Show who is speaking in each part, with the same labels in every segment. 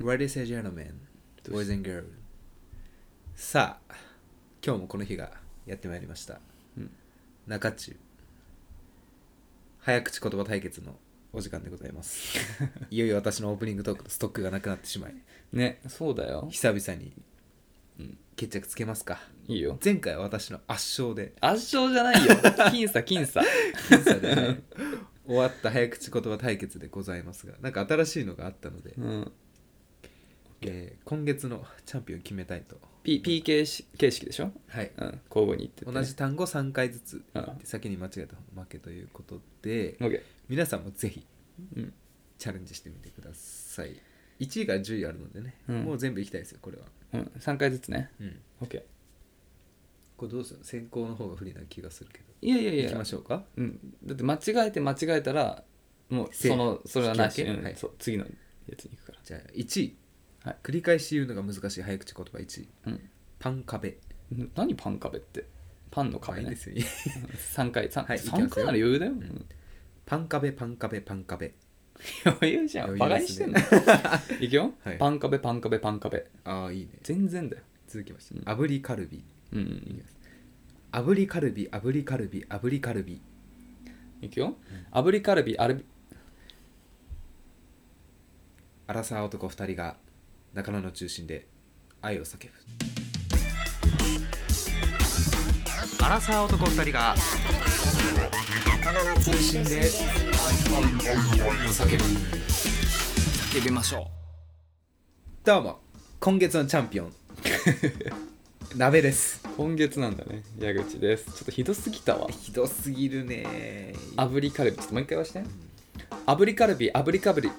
Speaker 1: Ladies and gentlemen, boys and girls さあ今日もこの日がやってまいりました、
Speaker 2: うん
Speaker 1: 中中早口言葉対決のお時間でございます いよいよ私のオープニングトークのストックがなくなってしまい
Speaker 2: ねそうだよ
Speaker 1: 久々に決着つけますか
Speaker 2: いいよ
Speaker 1: 前回は私の圧勝 で
Speaker 2: 圧勝じ ゃないよ僅差僅差
Speaker 1: 僅差でね終わった早口言葉対決でございますがなんか新しいのがあったので、
Speaker 2: うん
Speaker 1: えー今月のチャンピオン決めたいと
Speaker 2: P PK し形式でしょ
Speaker 1: はい
Speaker 2: うん交互に言ってってね
Speaker 1: 同じ単語3回ずつ
Speaker 2: うん
Speaker 1: で先に間違えた方の負けということで
Speaker 2: OK
Speaker 1: 皆さんもぜひ
Speaker 2: うん
Speaker 1: チャレンジしてみてください1位から10位あるのでね、
Speaker 2: うん
Speaker 1: もう全部いきたいですよこれは、
Speaker 2: うん3回ずつね
Speaker 1: うん、
Speaker 2: OK
Speaker 1: これどうする先行の方が不利な気がするけど
Speaker 2: いやいやい
Speaker 1: い
Speaker 2: や
Speaker 1: きましょうか
Speaker 2: うん、だって間違えて間違えたらもう
Speaker 1: せー
Speaker 2: そのそれはなし、
Speaker 1: 引き分け
Speaker 2: うん
Speaker 1: はい
Speaker 2: そう次のやつに行くか
Speaker 1: じゃあ1位、
Speaker 2: はい
Speaker 1: 繰り返し言うのが難しい早口言葉1位
Speaker 2: ら、うん
Speaker 1: パン壁
Speaker 2: な、何パン壁ってパン
Speaker 1: ま
Speaker 2: の
Speaker 1: あ
Speaker 2: 壁
Speaker 1: いい
Speaker 2: ね、
Speaker 1: ですよ
Speaker 2: 3回 3,
Speaker 1: はい
Speaker 2: 三回なら余裕だよ、うん
Speaker 1: パン壁パン壁パン壁
Speaker 2: 余裕じゃんバカ
Speaker 1: 余裕
Speaker 2: に
Speaker 1: で
Speaker 2: し
Speaker 1: す
Speaker 2: て
Speaker 1: ね
Speaker 2: んの いくよ、
Speaker 1: はい
Speaker 2: パン壁パン壁パン壁
Speaker 1: ああいいね
Speaker 2: 全然だよ
Speaker 1: 続きまして、
Speaker 2: うん
Speaker 1: 炙りカルビ
Speaker 2: うんう
Speaker 1: いき
Speaker 2: ん
Speaker 1: ます炙りカルビ炙りカルビ炙りカルビ
Speaker 2: いくよ炙りカルビアルビ
Speaker 1: 荒沢男2人が仲間の中心で愛を叫ぶ荒沢男2人が仲間の中心で愛を叫ぶ
Speaker 2: 叫びましょ
Speaker 1: どうも今月のチャンピオ ン鍋です
Speaker 2: う今月なんだね矢口ですちょっとひどすぎたわ
Speaker 1: ひどすぎるね
Speaker 2: 炙りカルビちょっともう一回はして炙りカルビ炙りカルビ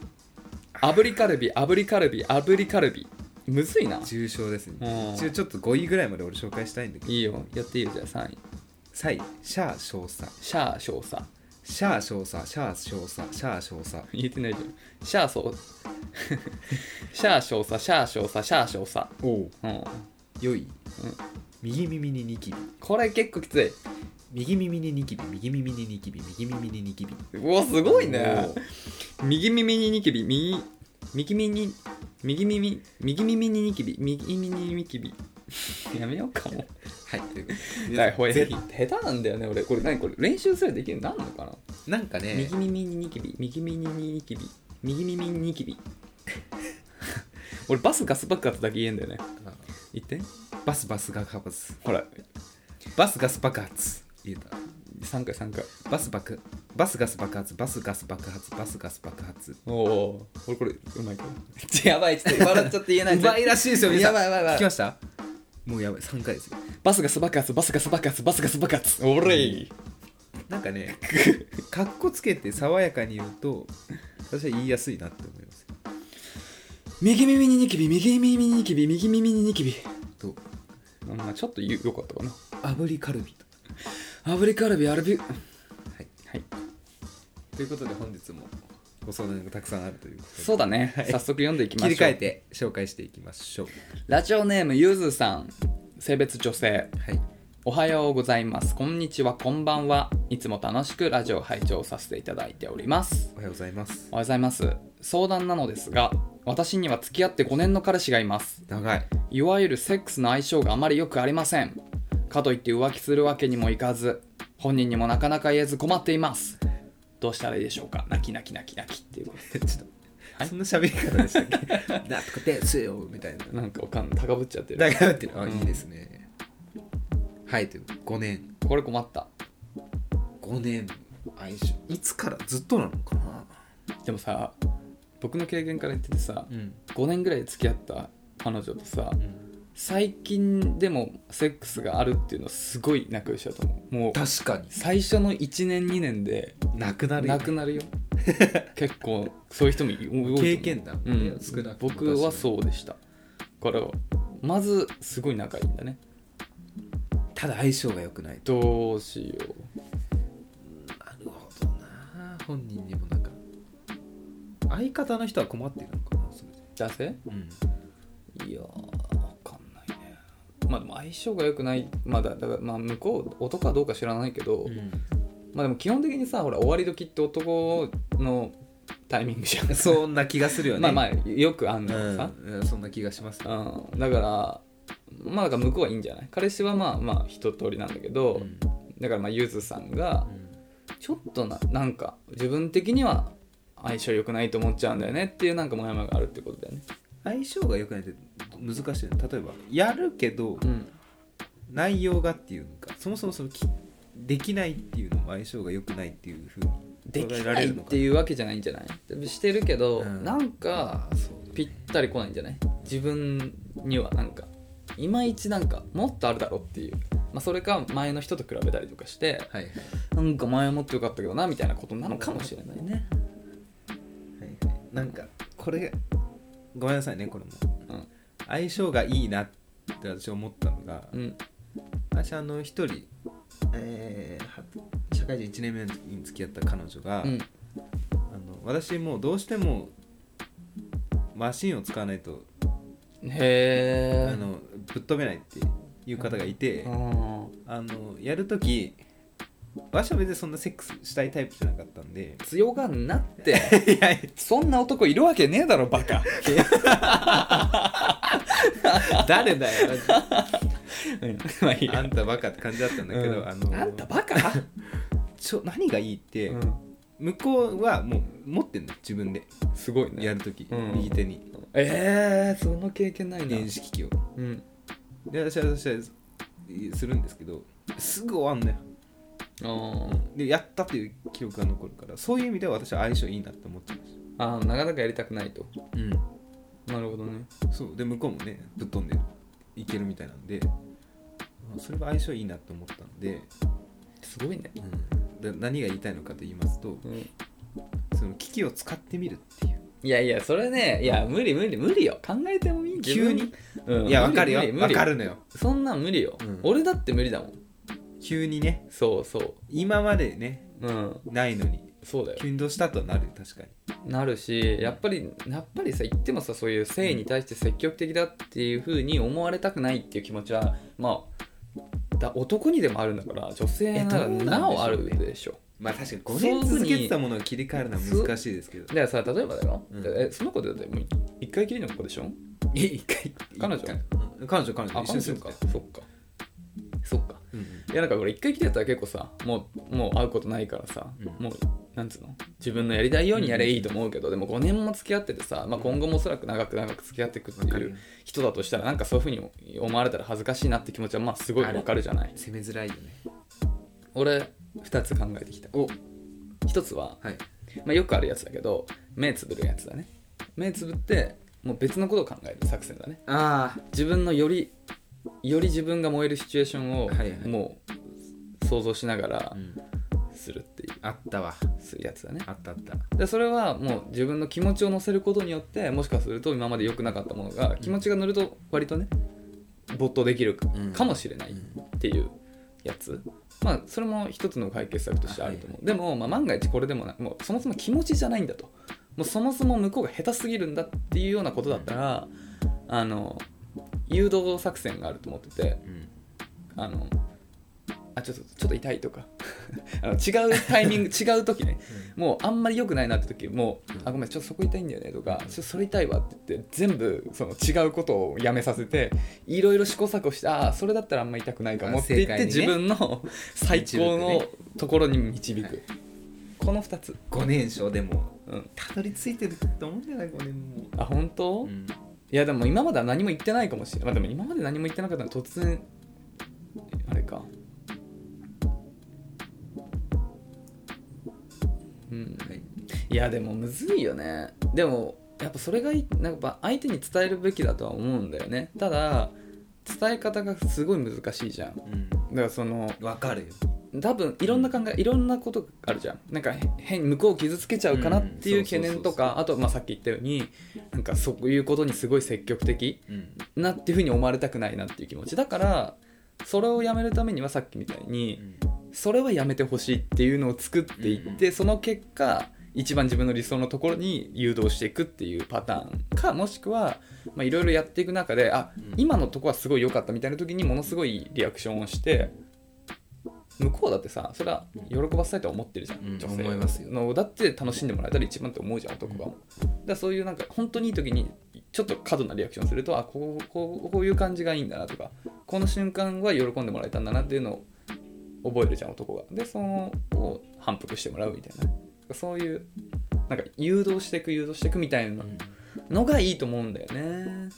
Speaker 2: 炙りカルビ炙りカルビ炙りカルビむずいな
Speaker 1: 重症です
Speaker 2: うん
Speaker 1: ね一応ちょっと5位ぐらいまで俺紹介したいんだけど
Speaker 2: いいよやっていいよじゃあ3位
Speaker 1: 3位シャー少佐
Speaker 2: シャー少佐
Speaker 1: シャー少佐シャー少佐シャー少佐
Speaker 2: 言えてないじゃんシャーそう シャー少佐シャー少佐シャー少佐
Speaker 1: おお
Speaker 2: うん
Speaker 1: 良い、右耳にニキビ
Speaker 2: これ結構きつい
Speaker 1: 右耳にニキビ右耳にニキビ右耳にニキビす
Speaker 2: うわすごいね右耳にニキビ右右耳に右耳右耳にニキビ右耳にニキビ やめようかも
Speaker 1: はいということで
Speaker 2: はいほい
Speaker 1: ぜ
Speaker 2: 下手なんだよね俺これ何これ練習すればできるなんのかな、
Speaker 1: なんかね
Speaker 2: 右耳にニキビ右耳にニキビ右耳にニキビ 俺バスガス爆発だけ言えんだよね言って
Speaker 1: バスバスガ爆発
Speaker 2: ほら
Speaker 1: バスガス爆発言えた
Speaker 2: 3回3回
Speaker 1: バス爆バスガス爆発バスガス爆発バスガス爆発
Speaker 2: おお俺これうまいか やばいちょっと笑っちゃって言えないう
Speaker 1: まいらしいですよ皆さん
Speaker 2: やばいやばいやばい
Speaker 1: 聞きましたもうやばい3回ですよ
Speaker 2: バスガス爆発バスガス爆発バスガス爆発おれい
Speaker 1: なんか ねかっこつけて爽やかに言うと私は言いやすいなって思います
Speaker 2: 右耳にニキビ右耳にニキビ右耳にニキビ
Speaker 1: と
Speaker 2: まあちょっとよかったかな
Speaker 1: 炙りカルビと
Speaker 2: 炙りカルビアルビ
Speaker 1: はい
Speaker 2: はい
Speaker 1: ということで本日もご相談がたくさんあるということで
Speaker 2: そうだね、早速読んでいきましょ
Speaker 1: 切
Speaker 2: う
Speaker 1: り替えて紹介していきましょう
Speaker 2: ラジオネームゆずさん性別女性
Speaker 1: はい
Speaker 2: おはようございますこんにちはこんばんはいつも楽しくラジオ拝聴させていただいております
Speaker 1: おはようございます
Speaker 2: おはようございます相談なのですが私には付き合って5年の彼氏がいます
Speaker 1: 長い
Speaker 2: いわゆるセックスの相性があまり良くありませんかといって浮気するわけにもいかず本人にもなかなか言えず困っていますどうしたらいいでしょうか泣き泣き泣き泣きっていうこと
Speaker 1: ちょっと、
Speaker 2: はい
Speaker 1: そんな喋り方でしたっけ なんとかですよみたいな
Speaker 2: で なんかおかん高ぶっちゃってる
Speaker 1: だからってるあ、
Speaker 2: うん
Speaker 1: いいですねはいという5年
Speaker 2: これ困った
Speaker 1: 5年相性いつからずっとなのかな
Speaker 2: でもさ僕の経験から言っててさ
Speaker 1: うん、
Speaker 2: 5年ぐらい付き合った彼女とさ最近でもセックスがあるっていうのはすごい仲良しだと思うもう
Speaker 1: 確かに
Speaker 2: 最初の1年2年で
Speaker 1: なくなるよ
Speaker 2: なくな るよ結構そういう人も多いと思う
Speaker 1: 経験談、
Speaker 2: うん、
Speaker 1: 少なくとも
Speaker 2: 僕はそうでしただからまずすごい仲いいんだね
Speaker 1: ただ相性が良くないと
Speaker 2: どうしよ
Speaker 1: なるほどな本人にもなんか相方の人は困ってるのかなそれで
Speaker 2: うだせ
Speaker 1: うん
Speaker 2: いやーわかんないねまあでも相性が良くないまあだだからまあ向こう男かどうか知らないけど、
Speaker 1: うん
Speaker 2: まあでも基本的にさほら終わり時って男のタイミングじゃん、
Speaker 1: そんな気がするよね
Speaker 2: まあまあよくあんの
Speaker 1: う
Speaker 2: よさ
Speaker 1: ん、、うん、そんな気がします
Speaker 2: うんだからまあだから向こうはいいんじゃない彼氏はまあまあ一通りなんだけど、
Speaker 1: うん
Speaker 2: だからまあゆずさんが
Speaker 1: うん
Speaker 2: ちょっとななんか自分的には相性良くないと思っちゃうんだよねっていうなんかモヤモヤがあるってことだよね
Speaker 1: 相性が良くないって難しいよね例えばやるけど
Speaker 2: うん
Speaker 1: 内容がっていうのかそもそもそのきできないっていうのも相性が良くないっていうふうに
Speaker 2: できないって
Speaker 1: う
Speaker 2: いうわけじゃないんじゃないしてるけど、
Speaker 1: うん
Speaker 2: なんか
Speaker 1: あそう
Speaker 2: ぴったり来ないんじゃない自分にはなんかいまいちなんかもっとあるだろっていう、まあ、それか前の人と比べたりとかして
Speaker 1: はいはい
Speaker 2: なんか前もっとよかったけどなみたいなことなのかもしれないね、
Speaker 1: はいはいなんかこれごめんなさいねこれも
Speaker 2: うん
Speaker 1: 相性がいいなって私思ったのが、
Speaker 2: うん、
Speaker 1: 私あの一人、えーは社会人1年目に付き合った彼女が、
Speaker 2: うん
Speaker 1: あの私もうどうしてもマシンを使わないとあ
Speaker 2: へえ
Speaker 1: のぶっ飛べないっていう方がいて、あのやるとき私は別にそんなセックスしたいタイプじゃなかったんで
Speaker 2: 強がんなって
Speaker 1: いや
Speaker 2: そんな男いるわけねえだろバカ
Speaker 1: 誰だよ
Speaker 2: まあいい
Speaker 1: あ
Speaker 2: や
Speaker 1: んたバカって感じだったんだけど、
Speaker 2: うん
Speaker 1: あの
Speaker 2: あんたバカ、
Speaker 1: ちょ何がいいって、
Speaker 2: うん
Speaker 1: 向こうはもう持ってんの自分です
Speaker 2: ごいね
Speaker 1: やるとき、
Speaker 2: うん
Speaker 1: 右手に
Speaker 2: えー、その経験ないな
Speaker 1: 電子機器を
Speaker 2: うん
Speaker 1: で私は私はするんですけどすぐ終わんのよ
Speaker 2: あ
Speaker 1: でやったっていう記憶が残るからそういう意味では私は相性いいなって思ってまし
Speaker 2: ーあーなかなかやりたくないと
Speaker 1: たうん
Speaker 2: なるほどね
Speaker 1: そうで向こうもねぶっ飛んでいけるみたいなんであそれは相性いいなと思ったんで,、
Speaker 2: すごいね
Speaker 1: で何が言いたいのかと言いますと
Speaker 2: うん
Speaker 1: その機器を使ってみるっていう
Speaker 2: いやいやそれねいや無理無理無理よ考えてもいい自分
Speaker 1: 急に、
Speaker 2: うん、
Speaker 1: いや
Speaker 2: 無
Speaker 1: わ
Speaker 2: 理
Speaker 1: かるよ
Speaker 2: 無理無
Speaker 1: わ
Speaker 2: 理
Speaker 1: かるのよ
Speaker 2: そんなん無理よ、
Speaker 1: うん
Speaker 2: 俺だって無理だもん
Speaker 1: 急にね
Speaker 2: そうそ
Speaker 1: 今までね
Speaker 2: ううん
Speaker 1: ないのに
Speaker 2: そうだよ
Speaker 1: 急にどうしたとはなる確かに
Speaker 2: なるしやっぱりやっぱりさ言ってもさそういう性に対して積極的だっていう風に思われたくないっていう気持ちはまあだ男にでもあるんだから女性なら
Speaker 1: えどうなんでしょうね
Speaker 2: なおあるでしょ
Speaker 1: まあ確かに
Speaker 2: そう
Speaker 1: 5年続けてたものを切り替えるのは難しいですけど
Speaker 2: だからさ例えばだよ、
Speaker 1: うん
Speaker 2: えその子だってもう一回きりの子でしょ
Speaker 1: え一回
Speaker 2: 彼女
Speaker 1: 一回うん彼女彼女
Speaker 2: あ
Speaker 1: 一緒
Speaker 2: 彼
Speaker 1: にす
Speaker 2: 女
Speaker 1: るか
Speaker 2: かそっかそっか
Speaker 1: うん
Speaker 2: いやなんか俺一回来てたら結構さもうもう会うことないからさ、
Speaker 1: うん
Speaker 2: もうなんつうの自分のやりたいようにやれいいと思うけど、でも5年も付き合っててさ、まあ、今後もおそらく長く長く付き合っていくって
Speaker 1: わか
Speaker 2: い
Speaker 1: る
Speaker 2: う人だとしたらなんかそういうふうに思われたら恥ずかしいなって気持ちはまあすごいわかるじゃない
Speaker 1: 攻めづらいよね
Speaker 2: 俺2つ考えてきた
Speaker 1: お
Speaker 2: 1つは、
Speaker 1: はい
Speaker 2: まあ、よくあるやつだけど目つぶるやつだね目つぶってもう別のことを考える作戦だね
Speaker 1: ああ
Speaker 2: 自分のよりより自分が燃えるシチュエーションを
Speaker 1: はいはい
Speaker 2: もう想像しながら
Speaker 1: うん
Speaker 2: するっていう
Speaker 1: あったわ
Speaker 2: するやつだね
Speaker 1: あったあった
Speaker 2: でそれはもう自分の気持ちを乗せることによってもしかすると今まで良くなかったものが気持ちが乗ると割とね没頭できる
Speaker 1: うん
Speaker 2: かもしれないっていうやつまあそれも一つの解決策としてあると思うでもまあ万が一これでもなもうそもそも気持ちじゃないんだともうそもそも向こうが下手すぎるんだっていうようなことだったらあの誘導作戦があると思ってて
Speaker 1: うん
Speaker 2: あのあちょっとちょっと痛いとか あの違うタイミング違う時ねもうあんまり良くないなって時もう、
Speaker 1: うん
Speaker 2: あごめんちょっとそこ痛いんだよねとか、ちょっとそれ痛いわって言って全部その違うことをやめさせていろいろ試行錯誤してああそれだったらあんま痛くないかも
Speaker 1: あ
Speaker 2: って言って、自
Speaker 1: 正解に
Speaker 2: 分の最高
Speaker 1: 導
Speaker 2: の
Speaker 1: くね
Speaker 2: ところに導く、
Speaker 1: はい
Speaker 2: この2つ、
Speaker 1: 5年賞でも
Speaker 2: うん、
Speaker 1: たどり着いてると思うんじゃない5年も、
Speaker 2: あ本当、
Speaker 1: う
Speaker 2: い
Speaker 1: ん、
Speaker 2: やでも今までは何も言ってないかもしれない、まあ、でも今まで何も言ってなかったら突然あれかうん
Speaker 1: はい
Speaker 2: いやでもむずいよねでもやっぱそれがいいなんかやっぱ相手に伝えるべきだとは思うんだよねただ伝え方がすごい難しいじゃんだ
Speaker 1: うん
Speaker 2: からその
Speaker 1: わかるよ
Speaker 2: 多分いろんな考えいろんなことがあるじゃんなんかへ変向こうを傷つけちゃうかなっていう
Speaker 1: うんそ
Speaker 2: 懸
Speaker 1: うそうそう
Speaker 2: 念とかあとまあさっき言ったようになんかそういうことにすごい積極的
Speaker 1: うん
Speaker 2: なっていうふうに思われたくないなっていう気持ちだからそれをやめるためにはさっきみたいに、それはやめてほしいっていうのを作っていって、その結果一番自分の理想のところに誘導していくっていうパターンかもしくはまあいろいろやっていく中であ、
Speaker 1: うん
Speaker 2: 今のとこはすごい良かったみたいな時にものすごいリアクションをして向こうだってさそれは喜ばせたいとは思ってるじゃん、
Speaker 1: うん
Speaker 2: 女性
Speaker 1: 思いますよ
Speaker 2: のだって楽しんでもらえたら一番って思うじゃん男が、だからそういうなんか本当にいい時にちょっと過度なリアクションするとあこうこうこういう感じがいいんだなとかこの瞬間は喜んでもらえたんだなっていうのを覚えるじゃん男がでそのを反復してもらうみたいなそういうなんか誘導していく誘導していくみたいなのがいいと思うんだよね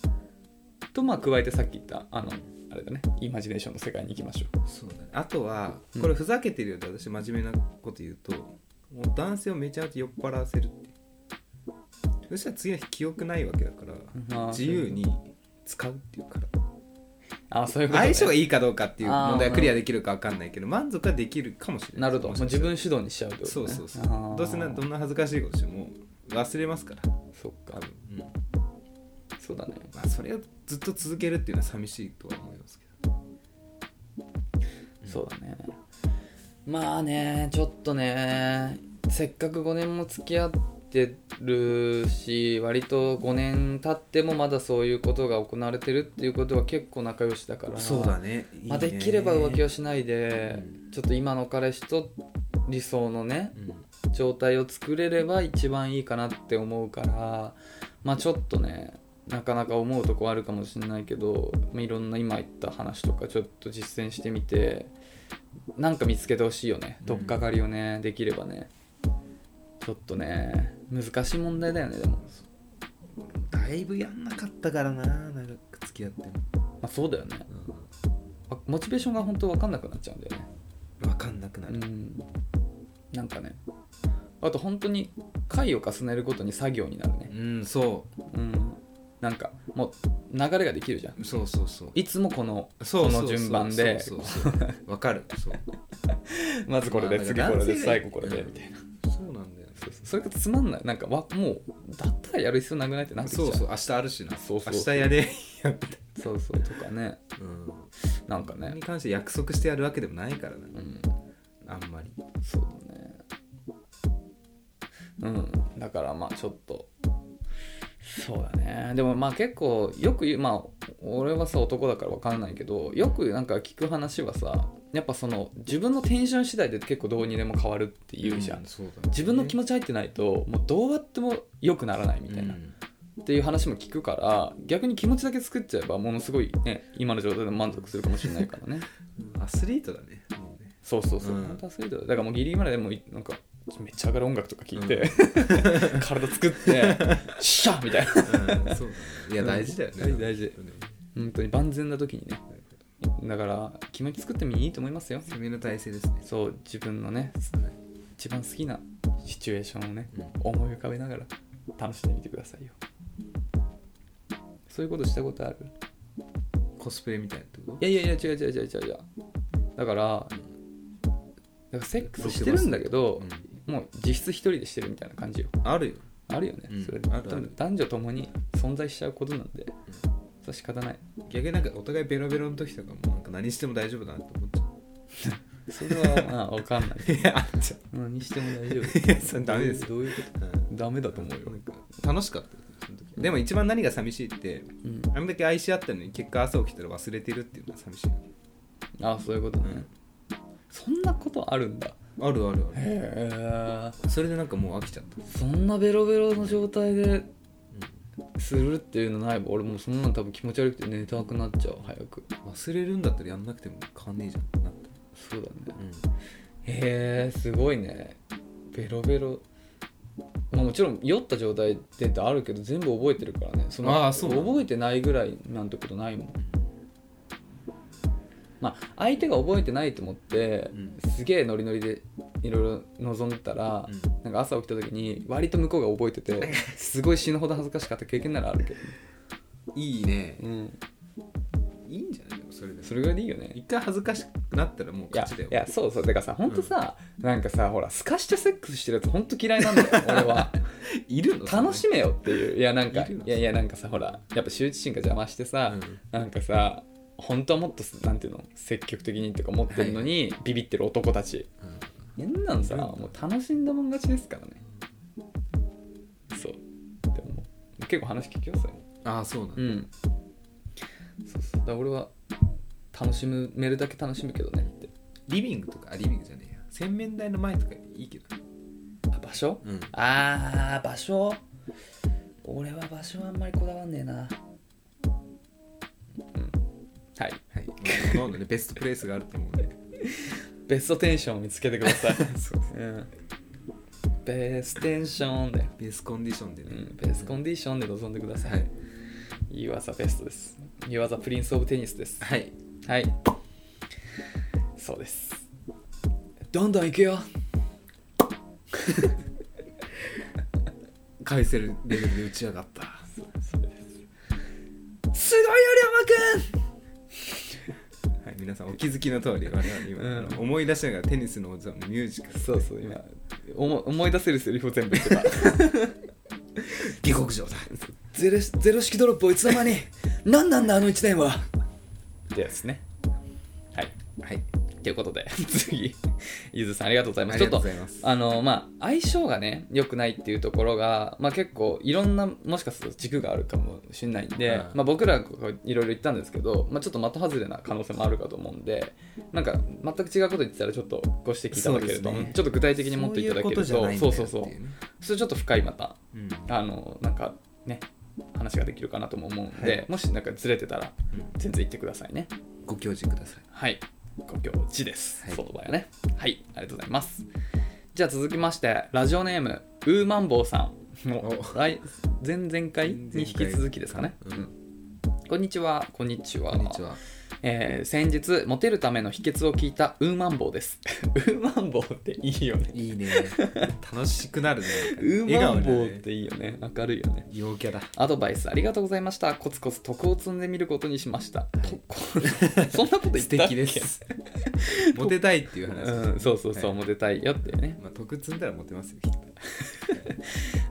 Speaker 2: とまあ加えてさっき言ったあのあれだねイマジネーションの世界に行きましょう
Speaker 1: そうだねあとは
Speaker 2: うん
Speaker 1: これふざけてるようで私真面目なこと言うともう男性をめちゃめちゃ酔っ払わせるってそしたら次の日記憶ないわけだから
Speaker 2: まあ
Speaker 1: 自由に使うっていうから
Speaker 2: あそういうこと、ね、
Speaker 1: 相性がいいかどうかっていう問題
Speaker 2: あー
Speaker 1: はクリアできるか分かんないけど満足はできるかもしれない
Speaker 2: なるほども
Speaker 1: も
Speaker 2: う
Speaker 1: しか
Speaker 2: 自
Speaker 1: したら
Speaker 2: 分主導にしちゃうってこと、ね、
Speaker 1: そうそうそ
Speaker 2: あー
Speaker 1: うどうせなどんな恥ずかしいことしても忘れますから
Speaker 2: そっ
Speaker 1: 多
Speaker 2: か
Speaker 1: 分、うん
Speaker 2: そうだね
Speaker 1: まあ、それをずっと続けるっていうのは寂しいとは思いますけど
Speaker 2: そうだねまあねちょっとねせっかく5年も付き合ってるし割と5年経ってもまだそういうことが行われてるっていうことは結構仲良しだから
Speaker 1: ね
Speaker 2: まあ、できれば浮気
Speaker 1: を
Speaker 2: をしないでちょっと今の彼氏と理想のね
Speaker 1: うん
Speaker 2: 状態を作れれば一番いいかなって思うからまあちょっとねなかなか思うとこあるかもしれないけど、まあ、いろんな今言った話とかちょっと実践してみてなんか見つけてほしいよね
Speaker 1: うん
Speaker 2: 取っかかりをね、できればねちょっとね難しい問題だよねでも、
Speaker 1: だいぶやんなかったからな長く付き合っても、
Speaker 2: まあ、そうだよねあモチベーションが本当分かんなくなっちゃうんだよね
Speaker 1: 分かんなくな
Speaker 2: う
Speaker 1: る、
Speaker 2: ん、なんかねあと本当に回を重ねるごとに作業になるね、
Speaker 1: うん、そ
Speaker 2: うん、なんかもう流れができるじゃん
Speaker 1: うそうそうそう
Speaker 2: いつもこの
Speaker 1: そう
Speaker 2: この順番で
Speaker 1: そうそうそうわかるそう
Speaker 2: まずこれで
Speaker 1: まあ
Speaker 2: 次これ
Speaker 1: 男
Speaker 2: で
Speaker 1: 性が
Speaker 2: 最後これでみたいな
Speaker 1: そうなんだよね
Speaker 2: そうそうそれがつまんないなんかわもうだったらやる必要なくないってなってきち
Speaker 1: そ
Speaker 2: ゃ
Speaker 1: ううそう明日あるしな
Speaker 2: そうそう
Speaker 1: 明日やれ、
Speaker 2: そうそうとかね
Speaker 1: うん、
Speaker 2: なんか
Speaker 1: それ
Speaker 2: ね
Speaker 1: に、関して約束してやるわけでもないからな
Speaker 2: うん、
Speaker 1: あんまり
Speaker 2: そうだねうんだからまあちょっとそうだねでもまあ結構よく言うまあ俺はさ男だから分かんないけどよくなんか聞く話はさやっぱその自分のテンション次第で結構どうにでも変わるって言うじゃん、
Speaker 1: そうだね
Speaker 2: 自分の気持ち入ってないともうどうやっても良くならないみたいな、
Speaker 1: うん
Speaker 2: っていう話も聞くから逆に気持ちだけ作っちゃえばものすごいね今の状態でも満足するかもしれないからね
Speaker 1: アスリートだねもうね
Speaker 2: そうそうそう、
Speaker 1: うん
Speaker 2: 本当はそういうことだだからもうギリギリまででもいなんかめっちゃ上がる音楽とか聞いて、 体作ってシャッみたいな
Speaker 1: うんそうだねいや大事だよね、
Speaker 2: うん大事
Speaker 1: うん
Speaker 2: 本当に万全な時にねだから気持ち作ってもいいと思いますよ
Speaker 1: 攻めの体制ですね、
Speaker 2: そう自分のね一番好きなシチュエーションをね
Speaker 1: うん
Speaker 2: 思い浮かべながら楽しんでみてくださいよそういうことしたことある
Speaker 1: コスプレみたいなってこと
Speaker 2: いやいやいや違う違う違う違う違うだからだからセックスしてるんだけど、もう実質一人でしてるみたいな感じよ
Speaker 1: うんあるよ
Speaker 2: あるよね、
Speaker 1: うん
Speaker 2: それ
Speaker 1: あるある
Speaker 2: 男女ともに存在しちゃうことなんで、それは仕 方ない
Speaker 1: 逆になんかお互いベロベロの時とかもなんか何しても大丈夫だなって思っちゃ
Speaker 2: それはまあ分かんないう
Speaker 1: いやあっちゃ
Speaker 2: 何しても大丈
Speaker 1: いやそれダメです
Speaker 2: どういうこと
Speaker 1: う、
Speaker 2: ダメだと思うよ
Speaker 1: なんか楽しかったよその時でも一番何が寂しいって
Speaker 2: うん
Speaker 1: あんだけ愛し合ったのに結果朝起きたら忘れてるっていうのが寂しいよね、
Speaker 2: あそういうことね、そんなことあるんだ
Speaker 1: あるあるある
Speaker 2: へえ
Speaker 1: それでなんかもう飽きちゃった、
Speaker 2: そんなベロベロの状態でするっていうのないわ俺もうそんなの多分気持ち悪くて寝たくなっちゃう早く
Speaker 1: 忘れるんだったらやんなくても変わんねえじゃんってなった
Speaker 2: そうだねへえすごいねベロベロ、まあ、もちろん酔った状態でってあるけど全部覚えてるからねその
Speaker 1: ああそうなの
Speaker 2: 覚えてないぐらいなんてことないもんまあ相手が覚えてないと思って、
Speaker 1: うん
Speaker 2: すげえノリノリでいろいろ望んでたら、
Speaker 1: うん
Speaker 2: なんか朝起きた時に割と向こうが覚え ててすごい死ぬほど恥ずかしかった経験ならあるけど、
Speaker 1: いいね
Speaker 2: うん、
Speaker 1: いいんじゃないでもそれで
Speaker 2: それぐらいでいいよね
Speaker 1: 一回恥ずかしくなったらもう
Speaker 2: いや
Speaker 1: 勝ちだよ
Speaker 2: いやそうそうだからさほんとさ、なんかさほらすかしてセックスしてるやつほんと嫌いなんだよ俺 はい
Speaker 1: るの
Speaker 2: 楽しめよっていういやなんか
Speaker 1: いる
Speaker 2: い
Speaker 1: よ
Speaker 2: やいやなんかさほらやっぱ羞恥心が邪魔してさ、
Speaker 1: うん
Speaker 2: なんかさ本当はもっとなんていうの積極的にとか持ってるのに、ビビってる男たち
Speaker 1: うん
Speaker 2: いやんなんさ
Speaker 1: いるんだ
Speaker 2: もう楽しんだもん勝ちですからねそうでも結構話聞きますよ
Speaker 1: ああそうなんだ
Speaker 2: うんそうそうだから俺は楽しむめるだけ楽しむけどねって
Speaker 1: リビングとかあリビングじゃねえや洗面台の前とかいいけど
Speaker 2: あ場所
Speaker 1: うん
Speaker 2: あー場所俺は場所はあんまりこだわんねえなうんはい
Speaker 1: はいどんどんねベストプレイスがあると思うんで
Speaker 2: ベストテンションを見つけてください、
Speaker 1: そう
Speaker 2: うん、ベストテンションで、
Speaker 1: ベースコンディションで
Speaker 2: う
Speaker 1: ね、
Speaker 2: ん、ベストコンディションで臨んでください、
Speaker 1: はい、
Speaker 2: You are the best です。You are the prince of tennis です。
Speaker 1: はい、
Speaker 2: はい。そうです。どんどん行くよ。
Speaker 1: 返せるレベルで打ち上がった
Speaker 2: すごいよ、
Speaker 1: はい、皆さんお気づきの通り我々今、
Speaker 2: うん
Speaker 1: あの思い出しながらテニスのおじさんのミュージカル
Speaker 2: そうそう、今、思思い出せるセリフを全部言ってた。
Speaker 1: 下克上だ
Speaker 2: ゼロゼロ式ドロップをいつの 間に、なんなんだ、あの1年は。ですね。はい。
Speaker 1: はい
Speaker 2: ということで、 次、ゆずさんありがとうございます。
Speaker 1: あ
Speaker 2: ち
Speaker 1: り
Speaker 2: ょっ
Speaker 1: がとう
Speaker 2: と
Speaker 1: ございます
Speaker 2: あのまあ相性がね良くないっていうところが、まあ、結構いろんなもしかすると軸があるかもしれないんで、
Speaker 1: うん
Speaker 2: まあ、僕らこういろいろ言ったんですけど、まあ、ちょっと的外れな可能性もあるかと思うんでなんか全く違うこと言ってたらちょっとご指摘いただける
Speaker 1: そ
Speaker 2: と、
Speaker 1: うですね
Speaker 2: ちょっと具体的にもっといただけると
Speaker 1: そういう
Speaker 2: そ
Speaker 1: こ
Speaker 2: う
Speaker 1: とじ
Speaker 2: そ
Speaker 1: ゃ
Speaker 2: う
Speaker 1: ないんだよっていう
Speaker 2: そう
Speaker 1: ね
Speaker 2: それちょっと深いまた
Speaker 1: うん
Speaker 2: あのなんかね話ができるかなとも思うんで、
Speaker 1: はい
Speaker 2: もしなんかずれてたら
Speaker 1: うん
Speaker 2: 全然言ってくださいね。
Speaker 1: ご教示ください
Speaker 2: はい、ご教示です。
Speaker 1: はい
Speaker 2: その場合ね。はい、ありがとうございます。じゃあ続きまして、ラジオネーム、ウーマンボウさん。もう
Speaker 1: お
Speaker 2: 来前々回に引き続きですかね。
Speaker 1: 前々回
Speaker 2: うんこんにちは、こんにちは。
Speaker 1: こんにちは
Speaker 2: えー先日、モテるための秘訣を聞いたウーマンボウです。 ウーマンボウっていいよね。
Speaker 1: いいね楽しくなるね
Speaker 2: ウーマンボウ
Speaker 1: 笑
Speaker 2: っ
Speaker 1: 顔だね
Speaker 2: ていいよね。明るいよね。
Speaker 1: 陽キャだ
Speaker 2: アドバイスありがとうございました。コツコツ徳を積んでみることにしました。徳 そんなこと言っ
Speaker 1: 素
Speaker 2: たっ
Speaker 1: 敵
Speaker 2: け
Speaker 1: ですモテたいっていう話、
Speaker 2: うん、そうそうそう、
Speaker 1: はい
Speaker 2: モテたいよっていうね。
Speaker 1: まあ得積んだらモテますよきっと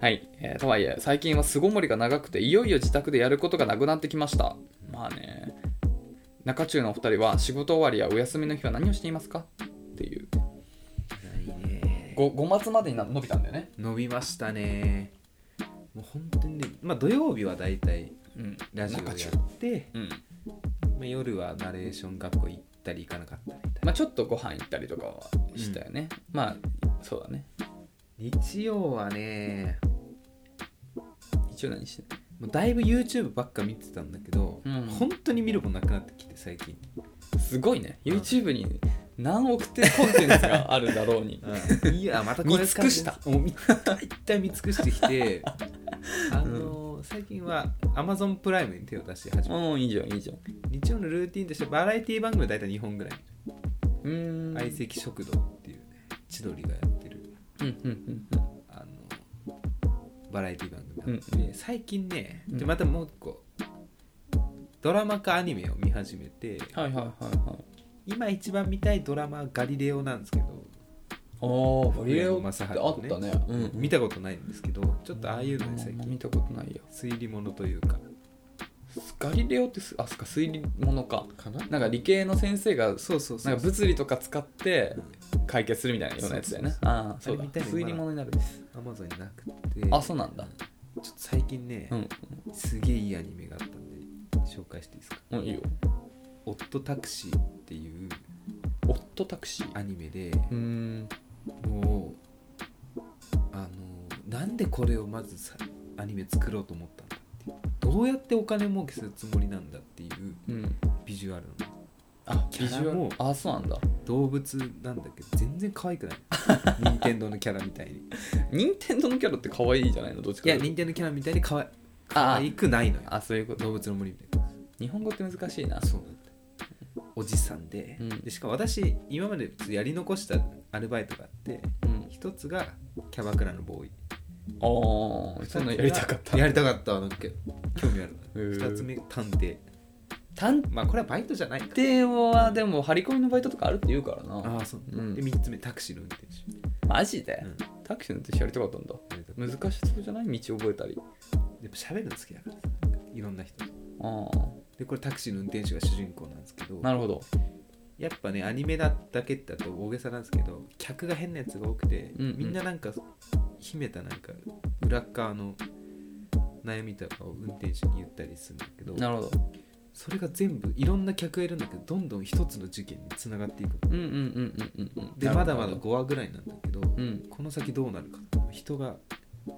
Speaker 2: はい、えーとはいえ最近は巣ごもりが長くていよいよ自宅でやることがなくなってきましたまあね中中のお二人は仕事終わりやお休みの日は何をしていますかっていう
Speaker 1: ないね
Speaker 2: 5, 5末までにな伸びたんだよね
Speaker 1: 伸びましたねもう本当にねまあ土曜日は大体
Speaker 2: うん
Speaker 1: ラジオや
Speaker 2: 中中
Speaker 1: って、
Speaker 2: うん
Speaker 1: まあ、夜はナレーション学校行ったり行かなかったりみたいな
Speaker 2: まあちょっとご飯行ったりとかはしたよね、まあそうだね
Speaker 1: 日曜はね
Speaker 2: 一応何してん
Speaker 1: もうだいぶ YouTube ばっか見てたんだけど、
Speaker 2: うん
Speaker 1: 本当に見るもんなくなってきて最近、
Speaker 2: のすごいね
Speaker 1: うん
Speaker 2: YouTube に何億ってコンテンツがあるだろう に
Speaker 1: いやまた
Speaker 2: 見尽くした
Speaker 1: もう見一旦見尽くしてき てあのー最近は Amazon プライムに手を出して始めた
Speaker 2: うんいいじゃんいいじゃんう
Speaker 1: 日曜のルーティンとしてバラエティ番組は大体2本ぐらい見る
Speaker 2: ーん
Speaker 1: 相席食堂っていうね千鳥がやってる
Speaker 2: うんうんうんうん
Speaker 1: あのバラエティ番組があって、
Speaker 2: うん
Speaker 1: 最近ね
Speaker 2: うん
Speaker 1: でまたもう一個ドラマかアニメを見始めて
Speaker 2: はいはいはいはい
Speaker 1: 今一番見たいドラマはガリレオなんですけど、
Speaker 2: ああ、ガリレ
Speaker 1: 福
Speaker 2: オ
Speaker 1: 山
Speaker 2: って
Speaker 1: 雅
Speaker 2: あ
Speaker 1: 治
Speaker 2: っ
Speaker 1: ね
Speaker 2: たね。うん、
Speaker 1: 見たことないんですけどちょっとああいうので最
Speaker 2: うん
Speaker 1: 近
Speaker 2: 見たことないよ。
Speaker 1: 推理ものというか
Speaker 2: ガリレオってす、あ、そっか、推理ものか。
Speaker 1: かな
Speaker 2: なんか理系の先生が、
Speaker 1: そうそうそ
Speaker 2: なん
Speaker 1: う
Speaker 2: か物理とか使って解決するみたいなようなやつだよね
Speaker 1: そう。
Speaker 2: ああ、そうだ。
Speaker 1: あれ見たいの
Speaker 2: 推理ものになる。
Speaker 1: アマゾンになくて
Speaker 2: あ、そうなん
Speaker 1: ち
Speaker 2: だ。
Speaker 1: ょっと最近ね、
Speaker 2: うん。
Speaker 1: すげえいいアニメがあったんで紹介していいですか
Speaker 2: うん、いいよ。
Speaker 1: 「オットタクシー」っていう
Speaker 2: オットタクシー。
Speaker 1: アニメで
Speaker 2: うーん。
Speaker 1: もうあのなんでこれをまずさアニメ作ろうと思ったんだっていうどうやってお金儲けするつもりなんだっていう
Speaker 2: うん。
Speaker 1: ビジュアルの
Speaker 2: あ、
Speaker 1: キ
Speaker 2: ビジ
Speaker 1: ャラも
Speaker 2: ュアル。あ、そうなんだ。
Speaker 1: 動物なんだけど全然可愛く ない任天堂のキャラみたいにい
Speaker 2: 任天堂のキャラって可愛いじゃないのどっちか
Speaker 1: や
Speaker 2: とい
Speaker 1: 任
Speaker 2: うと。
Speaker 1: 天堂のキャラみたいに可愛可
Speaker 2: あ
Speaker 1: 愛くないのよ
Speaker 2: あ、あ、そういうこと。
Speaker 1: 動物の森みたい
Speaker 2: 日本語って難しいな
Speaker 1: な。そうなんだおじさんで,、
Speaker 2: うん
Speaker 1: でしかも私今までやり残したアルバイトがあって
Speaker 2: うん。
Speaker 1: 一つがキャバクラのボーイ
Speaker 2: ああ、そんなのやりたかった。
Speaker 1: やりたかったなんか興味ある
Speaker 2: へー
Speaker 1: な二つ目探偵
Speaker 2: 探
Speaker 1: まあこれはバイトじゃないか
Speaker 2: 偵はでも張り込みのバイトとかあるって言うからな
Speaker 1: ああそう、
Speaker 2: うん
Speaker 1: で3つ目タクシーの運転手、
Speaker 2: マジで、
Speaker 1: うん
Speaker 2: タクシーの運転手やりたかったんだ難しそうじゃない道覚えたり
Speaker 1: やっぱ喋るの好きだからさいろんな人と
Speaker 2: あ
Speaker 1: でこれタクシーの運転手が主人公なんですけど
Speaker 2: あなるほど
Speaker 1: やっぱねアニメだだけだと大げさなんですけど客が変なやつが多くて、
Speaker 2: うんうん
Speaker 1: みんななんか秘めたなんか裏っ側の悩みとかを運転手に言ったりするんだけど
Speaker 2: なるほど
Speaker 1: それが全部いろんな客がいるんだけどどんどん一つの事件につながっていく
Speaker 2: うんうんうんうんうんうん
Speaker 1: でまだまだ
Speaker 2: う
Speaker 1: 5話ぐらいなんだけど、
Speaker 2: ん
Speaker 1: この先どうなるか人が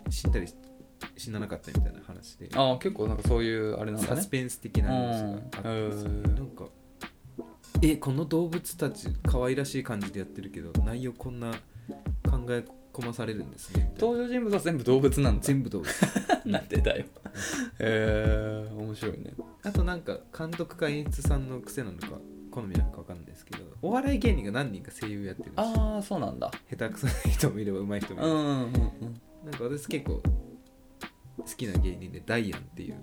Speaker 1: 死んだりし死ななかったみたいな話で
Speaker 2: ああ結構なんかそういうあれなんだ
Speaker 1: サ
Speaker 2: ね
Speaker 1: スペンス的な話があってですね
Speaker 2: うん
Speaker 1: なんかえこの動物たち可愛らしい感じでやってるけど内容こんな考え込まされるんですねみたいな
Speaker 2: 登場人物は全部動物なんだ
Speaker 1: 全部動物
Speaker 2: なんでだよへえ面白いね
Speaker 1: あとなんか監督か演出さんの癖なのか好みなのか分かんないですけどお笑い芸人が何人か声優やってるんですよ
Speaker 2: ああそうなんだ
Speaker 1: 下手くそな人もいれば上手い人
Speaker 2: う
Speaker 1: も
Speaker 2: ん
Speaker 1: いる、
Speaker 2: うんうん
Speaker 1: なんか私結構好きな芸人でダイアンっていう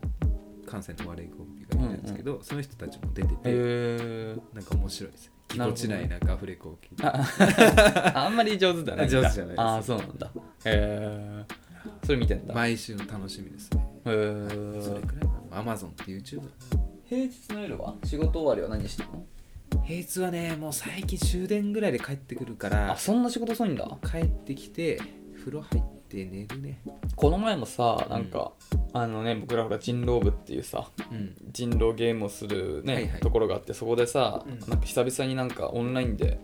Speaker 1: 関西のお笑いコンビがいるんですけど、その人たちも出てて、
Speaker 2: へえ
Speaker 1: なんか面白いですねぎこちないなんかアフレコを聞いて
Speaker 2: あ あんまり上手だね
Speaker 1: あ上手じゃないです
Speaker 2: ああそうなんだへえそれ見てんだへ
Speaker 1: 毎週の楽しみですね。
Speaker 2: え
Speaker 1: それくらいかな。アマゾンって YouTube。
Speaker 2: 平日の夜は仕事終わりは何してるの
Speaker 1: 平日はね、もう最近終電ぐらいで帰ってくるか
Speaker 2: あ
Speaker 1: ら、
Speaker 2: そんな仕事遅いんだ
Speaker 1: 帰ってきて、風呂入って寝るね。
Speaker 2: この前もさなんか、あのね僕らほら人狼部っていうさ
Speaker 1: うん。
Speaker 2: 人狼ゲームをするね、
Speaker 1: はいはい
Speaker 2: ところがあってそこでさ、
Speaker 1: うん
Speaker 2: なんか久々になんかオンラインで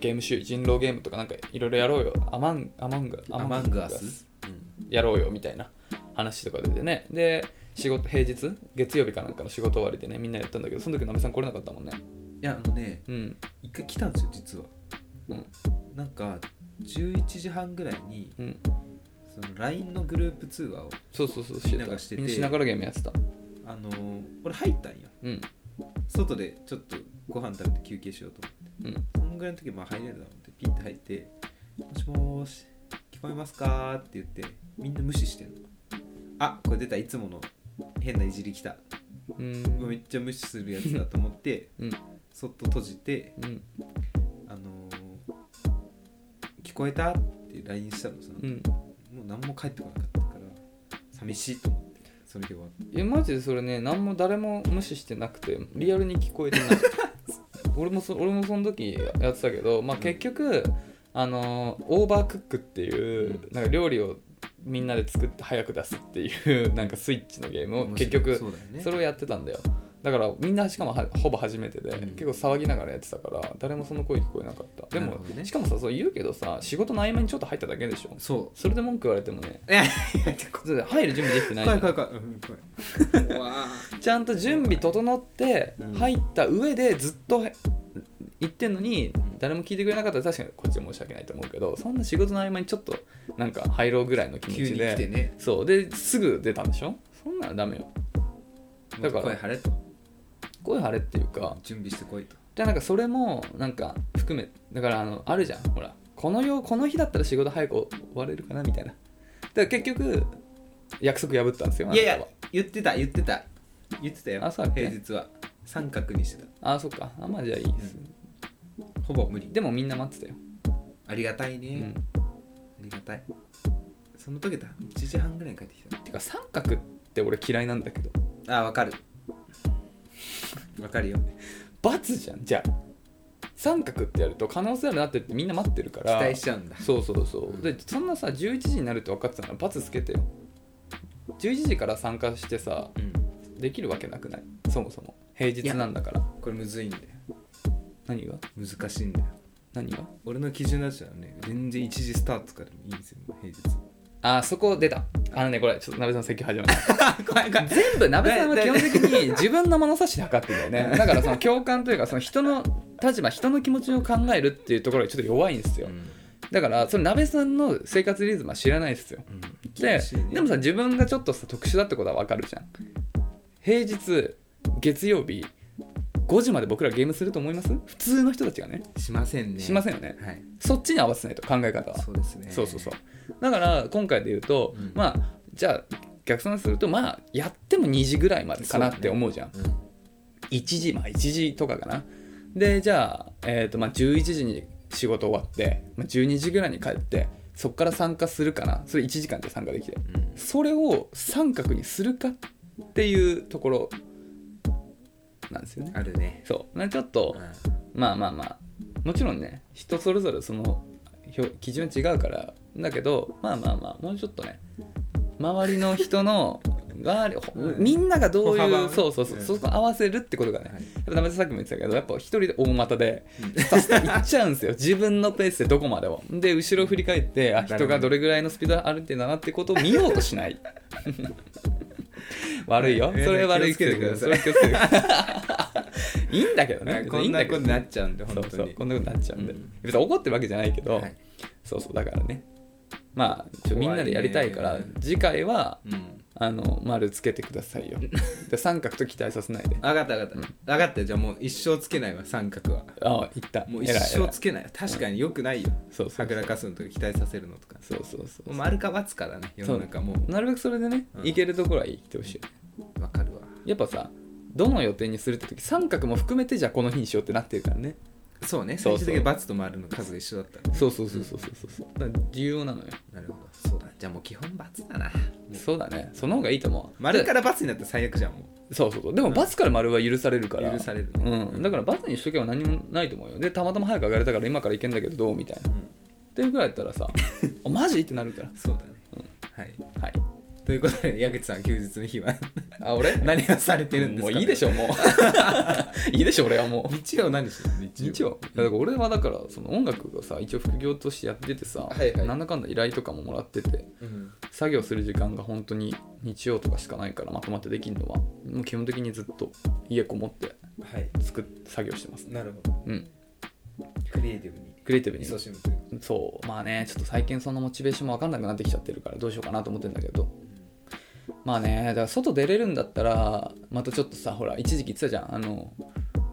Speaker 2: ゲーム集人狼ゲームとかなんかいろいろやろうよアマンアマング
Speaker 1: アマングアス。うん
Speaker 2: やろうよみたいな話とか出てねで仕事平日月曜日かなんかの仕事終わりでねみんなやったんだけどその時なべさん来れなかったもんね
Speaker 1: いや、あのね、
Speaker 2: うん
Speaker 1: 一回来たんですよ、実は。
Speaker 2: うん
Speaker 1: なんか、11時半ぐらいに、
Speaker 2: うん
Speaker 1: その LINE のグループ通話を、
Speaker 2: そうそうそう
Speaker 1: みんながしてて
Speaker 2: みんなしながらゲームやってた
Speaker 1: あのー俺入ったんよ。
Speaker 2: うん
Speaker 1: 外でちょっとご飯食べて休憩しようと思って。
Speaker 2: うん
Speaker 1: そんぐらいの時まあ入れるだろうってピッて入って「もしもーし聞こえますか?」って言ってみんな無視してんのあこれ出たいつもの変ないじりきた
Speaker 2: うん
Speaker 1: うわめっちゃ無視するやつだと思って
Speaker 2: うん
Speaker 1: そっと閉じて
Speaker 2: うん
Speaker 1: 「あのー聞こえた?」って LINE したのさ、
Speaker 2: うん
Speaker 1: もう何も返ってこなかったから寂しいと思ってそれで終わっ
Speaker 2: えマジでそれね何も誰も無視してなくてリアルに聞こえて ない俺もそ俺もその時やってたけど、まあ、
Speaker 1: うん
Speaker 2: 結局あのオーバークックっていうなんか料理をみんなで作って早く出すっていうなんかスイッチのゲーム
Speaker 1: た
Speaker 2: を結局
Speaker 1: そうだよね
Speaker 2: それをやってたんだよだからみんなしかもはほぼ初めてで、
Speaker 1: うん
Speaker 2: 結構騒ぎながらやってたから誰もその声聞こえなかったで
Speaker 1: なる
Speaker 2: も、
Speaker 1: ほどね
Speaker 2: しかもさそう言うけどさ仕事の合間にちょっと入っただけでしょ
Speaker 1: そ
Speaker 2: それで文句言われても ね
Speaker 1: ういやいや
Speaker 2: それで入る準備できてないじゃ
Speaker 1: 怖
Speaker 2: ん
Speaker 1: い怖い怖いうん怖いう わー
Speaker 2: ちゃんと準備整って
Speaker 1: うん
Speaker 2: 入った上でずっと言ってんのに誰も聞いてくれなかったら確かにこっちは申し訳ないと思うけどそんな仕事の合間にちょっとなんか入ろうぐらいの気
Speaker 1: 急
Speaker 2: 持
Speaker 1: に
Speaker 2: ち
Speaker 1: 来て
Speaker 2: で
Speaker 1: ね
Speaker 2: そうですぐ出たんでしょそんなのダメよ
Speaker 1: もっ
Speaker 2: だ
Speaker 1: と
Speaker 2: か
Speaker 1: 声
Speaker 2: ら
Speaker 1: 張れと
Speaker 2: 声晴れっていうか
Speaker 1: 準備してこいと
Speaker 2: じゃあなんかそれもなんか含めだからあのあるじゃんほらこのよこの日だったら仕事早く終われるかなみたいなだから結局約束破ったんですよ
Speaker 1: いやいや
Speaker 2: あなたは
Speaker 1: 言ってた言ってた言ってたよ
Speaker 2: あそうだっけ
Speaker 1: 平日は三角にして
Speaker 2: あそっかあまあじゃあいいです、
Speaker 1: たほぼ無理
Speaker 2: でもみんな待ってたよ、
Speaker 1: ありがたいうね、
Speaker 2: ん
Speaker 1: ありがたいその時だ1時半ぐらいに帰ってき
Speaker 2: てか三角って俺嫌いなんだけど
Speaker 1: たあわかる わかるよ
Speaker 2: ×じゃんじゃあ三角ってやると可能性あるなって言ってみんな待ってるか
Speaker 1: 期
Speaker 2: ら
Speaker 1: 待しちゃうんだ
Speaker 2: そうそうそう、
Speaker 1: うん
Speaker 2: でそんなさ11時になるって分かってたなら×つけてよ11時から参加してさ
Speaker 1: うん
Speaker 2: できるわけなくないそもそも平日なんだから
Speaker 1: これむずいんだよ
Speaker 2: 何が
Speaker 1: 難しいんだよ
Speaker 2: 何が
Speaker 1: 俺の基準だったらね全然1時スタートからでもいいんですよ平日
Speaker 2: あそこ出たあのねこれちょっと鍋さん席始まった
Speaker 1: 怖い怖い
Speaker 2: 全部鍋さんは基本的に自分の物差しで測ってるんだよねだからその共感というかその人の立場人の気持ちを考えるっていうところがちょっと弱いんですよ、だからそれ鍋さんの生活リズムは知らないですよででもさ自分がちょっとさ特殊だってことはわかるじゃん平日月曜日5時まで僕らゲームすると思います普通の人たちがね
Speaker 1: しませんね
Speaker 2: しませんよね
Speaker 1: はい
Speaker 2: そっちに合わせないと考え方は
Speaker 1: そうですね
Speaker 2: そうそうそうだから今回で言うと、
Speaker 1: うん
Speaker 2: まあじゃあ逆算するとまあやっても2時ぐらいまでかなっ
Speaker 1: そう
Speaker 2: て
Speaker 1: だね
Speaker 2: 思うじゃん、
Speaker 1: うん
Speaker 2: 1時まあ1時とかかなでじゃあ,、えーとまあ11時に仕事終わって、まあ、12時ぐらいに帰ってそこから参加するかなそれ1時間で参加できて
Speaker 1: うん
Speaker 2: それを三角にするかっていうところなんですよね
Speaker 1: あるね
Speaker 2: そうなんでちょっとまあまあまあもちろんね人それぞれそのひょ基準違うからだけどまあまあまあもうちょっとね周りの人のがほ
Speaker 1: うん
Speaker 2: みんながどう
Speaker 1: 歩
Speaker 2: い
Speaker 1: 幅
Speaker 2: うそうそうそう、
Speaker 1: うん
Speaker 2: そこ合わせるってことがね、
Speaker 1: はい
Speaker 2: やっぱ田村さんさっきも言ってたけどやっぱ一人で大股でさしていっちゃうんで すよ自分のペースでどこまでをで後ろ振り返って
Speaker 1: な
Speaker 2: あ
Speaker 1: るほど
Speaker 2: 人がどれぐらいのスピード歩いてんだなってことを見ようとしない 悪いよ
Speaker 1: えー
Speaker 2: それ悪いけど
Speaker 1: 気
Speaker 2: そ
Speaker 1: を
Speaker 2: れ気をつけてくださ いいいんだけどね
Speaker 1: こんなことになっちゃうんで本
Speaker 2: そう
Speaker 1: 当
Speaker 2: そう
Speaker 1: に
Speaker 2: こんなことになっちゃうんで、
Speaker 1: うん
Speaker 2: 別に怒ってるわけじゃないけど、
Speaker 1: はい
Speaker 2: そうそうだからねまあち
Speaker 1: 怖
Speaker 2: ょ
Speaker 1: い
Speaker 2: み
Speaker 1: ね
Speaker 2: んなでやりたいから次回は
Speaker 1: うん
Speaker 2: あの丸つけてくださいよで三角と期待させないで
Speaker 1: 分かった分かった分かったじゃあもう一生つけないわ三角は
Speaker 2: ああいった
Speaker 1: もう一
Speaker 2: 偉い偉
Speaker 1: 生
Speaker 2: い
Speaker 1: つけない確かによくないよ
Speaker 2: そうそ
Speaker 1: は
Speaker 2: う
Speaker 1: ぐらかすのとか期待させるのとか
Speaker 2: そうそうそう
Speaker 1: もう丸か×かだね世の中もう
Speaker 2: なるべくそれでね、
Speaker 1: うん
Speaker 2: 行けるところは行ってほしいよね
Speaker 1: 分かるわ
Speaker 2: やっぱさどの予定にするって時三角も含めてじゃあこの日にしようってなってるからね
Speaker 1: そうね
Speaker 2: そ
Speaker 1: 最
Speaker 2: うそう
Speaker 1: 終的に×と丸の数が一緒だった
Speaker 2: そうそうそうそうそうそうだから重要なのよ
Speaker 1: なるほどそうだじゃあもう基本×だな
Speaker 2: そうだねその方がいいと思う
Speaker 1: 丸からら×になったら最悪じゃんも
Speaker 2: そうそうそうでもバツから丸は許されるから
Speaker 1: 許される
Speaker 2: うん、だからバツにしとけば何もないと思うよでたまたま早く上がれたから今から行けんだけどどうみたいな
Speaker 1: う
Speaker 2: っ
Speaker 1: うん
Speaker 2: ていうぐらいだった らさあマジってなるから
Speaker 1: そうだねはい
Speaker 2: はい
Speaker 1: ということで矢口さん休日の日は
Speaker 2: あ 俺
Speaker 1: 何がされてるんです
Speaker 2: も
Speaker 1: か
Speaker 2: ういいでしょもう いいでしょ俺はもう
Speaker 1: 日 曜何してるの日
Speaker 2: 一応いやだから俺はだからその音楽がさ一応副業としてやっててさ、
Speaker 1: はいはい
Speaker 2: なんだかんだ依頼とかももらってて
Speaker 1: うん
Speaker 2: 作業する時間が本当に日曜とかしかないからまとまってできるのはもう基本的にずっと家こもって
Speaker 1: はい
Speaker 2: 作っ作業してますね
Speaker 1: なるほど
Speaker 2: うん
Speaker 1: クリエイティブに
Speaker 2: クリエイティブに
Speaker 1: 勤しむという
Speaker 2: そうまあねちょっと最近そのモチベーションも分かんなくなってきちゃってるからどうしようかなと思ってんだけどまあねだから外出れるんだったらまたちょっとさほら一時期言ってたじゃんあの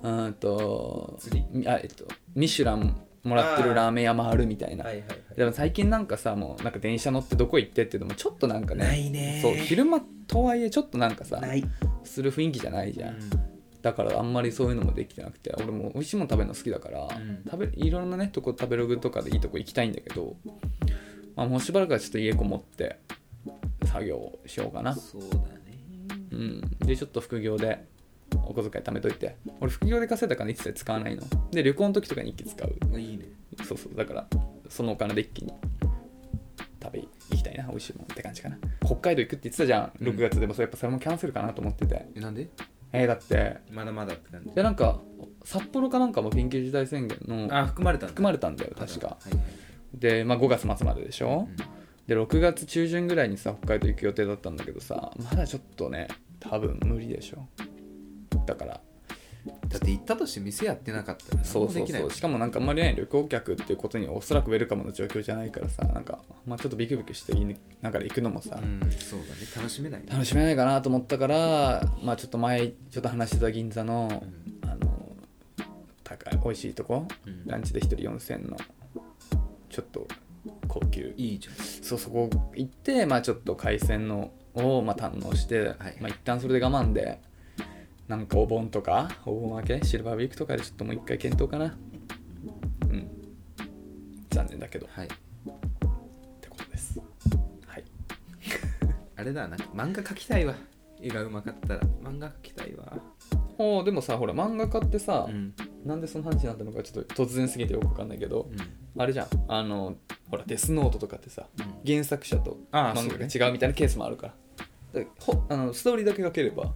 Speaker 2: うーんと
Speaker 1: 釣り
Speaker 2: みあえっとミシュランもらってるラーメン屋もあるみたいな、
Speaker 1: はいはいはい
Speaker 2: でも最近なんかさもうなんか電車乗ってどこ行ってっていうのもちょっとなんかね
Speaker 1: ないね
Speaker 2: そう昼間とはいえちょっとなんかさ
Speaker 1: ない
Speaker 2: する雰囲気じゃないじゃん、
Speaker 1: うん
Speaker 2: だからあんまりそういうのもできてなくて俺も美味しいもの食べるの好きだから、
Speaker 1: ん
Speaker 2: 食べいろんなねとこ食べログとかでいいとこ行きたいんだけど、まあ、もうしばらくはちょっと家こもって作業をしようかな
Speaker 1: そうだね
Speaker 2: うんでちょっと副業でお小遣い貯めといて俺副業で稼いだから一切使わないので旅行の時とかに一気使う
Speaker 1: いいね
Speaker 2: そうそうだからそのお金で一気に食べ行きたいな美味しいもんって感じかな北海道行くって言ってたじゃん
Speaker 1: うん
Speaker 2: 6月でもそれやっぱそれもキャンセルかなと思ってて
Speaker 1: えなんで
Speaker 2: えーだって
Speaker 1: まだまだって感じ
Speaker 2: でなんか札幌かなんかも緊急事態宣言の
Speaker 1: あ含まれたんだ
Speaker 2: 含まれたんだよ確か
Speaker 1: はいはい
Speaker 2: で、まあ、5月末まででしょ、
Speaker 1: うん
Speaker 2: で6月中旬ぐらいにさ北海道行く予定だったんだけどさまだちょっとね多分無理でしょだから
Speaker 1: だって行ったとして店やってなかったら何
Speaker 2: そ
Speaker 1: も
Speaker 2: うそ
Speaker 1: で
Speaker 2: う
Speaker 1: きない
Speaker 2: そ
Speaker 1: もん
Speaker 2: うしかもなんかあんまりね旅行客っていうことにおそらくウェルカムな状況じゃないからさなんか、まあ、ちょっとビクビクしていながら行くのもさ、
Speaker 1: うんそうだね楽しめないね
Speaker 2: 楽しめないかなと思ったから、まあ、ちょっと前ちょっと話してた銀座の,、あの高い美味しいとこ、
Speaker 1: うん
Speaker 2: ランチで1人4000のちょっと高級
Speaker 1: いいじゃん
Speaker 2: そうそこ行って、まあ、ちょっと海鮮のをまあ堪能して、まあ、一旦それで我慢でなんかお盆とかお盆明けシルバーウィークとかでちょっともう一回検討かなうん残念だけどっ
Speaker 1: はい
Speaker 2: てことですはい
Speaker 1: あれだな漫画描きたいわ絵がうまかったら漫画描きたいわ
Speaker 2: おーでもさほら漫画家ってさ、
Speaker 1: うん
Speaker 2: なんでその話になったのかちょっと突然すぎてよくわかんないけど、あれじゃんあのほらデスノートとかってさ
Speaker 1: うん
Speaker 2: 原作者と
Speaker 1: ああ
Speaker 2: 漫
Speaker 1: そう
Speaker 2: 画
Speaker 1: ね
Speaker 2: が違うみたいなケースもあるからだからほあのストーリーだけ描ければ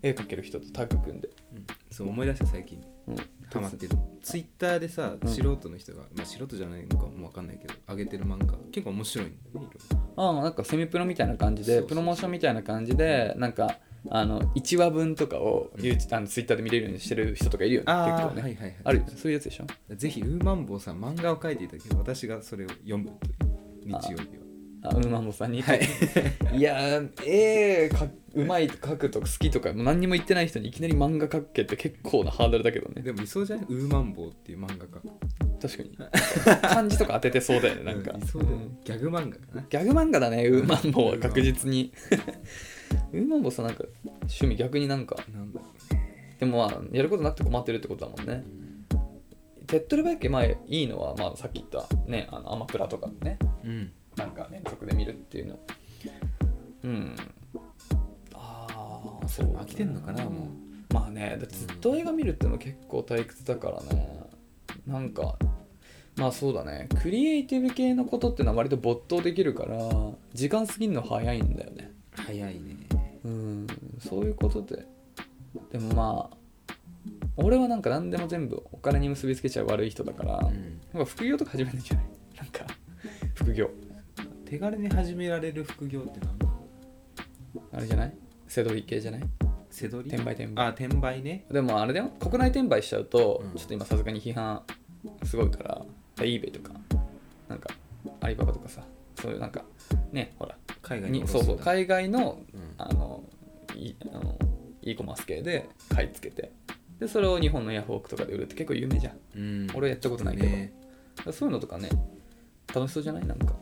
Speaker 2: 絵描ける人とタッグ組んで、
Speaker 1: うんそう思い出した最近
Speaker 2: うん、
Speaker 1: ハマってるツイッターでさ
Speaker 2: うん
Speaker 1: 素人の人が、まあ、素人じゃないのかもわかんないけど上げてる漫画結構面白いんだよねいろい
Speaker 2: ああなんかセミプロみたいな感じ
Speaker 1: そうそ
Speaker 2: で
Speaker 1: うそう
Speaker 2: プロモーションみたいな感じでなんかあの1話分とかを、
Speaker 1: うん
Speaker 2: YouTube あのツイッターで見れるようにしてる人とかいるよね
Speaker 1: ろ
Speaker 2: 結構ね、
Speaker 1: はいはいはい
Speaker 2: あるよねそういうやつでしょ
Speaker 1: ぜひウーマンボウさん漫画を描いていただけど私がそれを読むという日曜日は
Speaker 2: あウーマンボさんに、 い、やー絵かうまい描くとか好きとかもう何にも言ってない人にいきなり漫画描けって結構なハードルだけどね
Speaker 1: でもいそうじゃないウーマンボウっていう漫画家
Speaker 2: 確 かに漢字とか当ててそうだよねなんか、
Speaker 1: ういそうだよ
Speaker 2: う
Speaker 1: ね
Speaker 2: ん
Speaker 1: ギャグ漫画かな
Speaker 2: ギャグ漫画だねウーマンボは確実に ウーマンボさんなんか趣味逆になんか
Speaker 1: なんだろうね
Speaker 2: でもまあやることなくて困ってるってことだもんね手っ取り早くまあいいのは、まあ、さっき言ったねあのアマプラとかね
Speaker 1: うん
Speaker 2: なんか連続で見るっていうのうんああそう
Speaker 1: 飽きてんのかなも
Speaker 2: うまあねだってずっと映画見るってのも結構退屈だからねなんかまあそうだねクリエイティブ系のことってのは割と没頭できるから時間過ぎるの早いんだよね
Speaker 1: 早いね
Speaker 2: うんそういうことででもまあ俺はなんか何でも全部お金に結びつけちゃう悪い人だから、
Speaker 1: うん
Speaker 2: なんか副業とか始めないんじゃないなんか副業
Speaker 1: 手軽に始められる副業って何だろ
Speaker 2: あれじゃない背取り系じゃないう
Speaker 1: 背取り
Speaker 2: 転売転売
Speaker 1: あ転売ね
Speaker 2: でもあれだよ国内転売しちゃうと、
Speaker 1: うん
Speaker 2: ちょっと今さすがに批判すごいから eBay とかなんかアリババとかさそういうなんかねほら
Speaker 1: 海外に
Speaker 2: に
Speaker 1: 卸
Speaker 2: そう
Speaker 1: す
Speaker 2: そ
Speaker 1: ん
Speaker 2: う
Speaker 1: だ
Speaker 2: 海外の
Speaker 1: うん
Speaker 2: あのいあの e コマース系で買い付けてでそれを日本のヤフオクとかで売るって結構有名じゃんだか
Speaker 1: うん
Speaker 2: 俺やったことないけど
Speaker 1: ね
Speaker 2: らそういうのとかね楽しそうじゃないなんか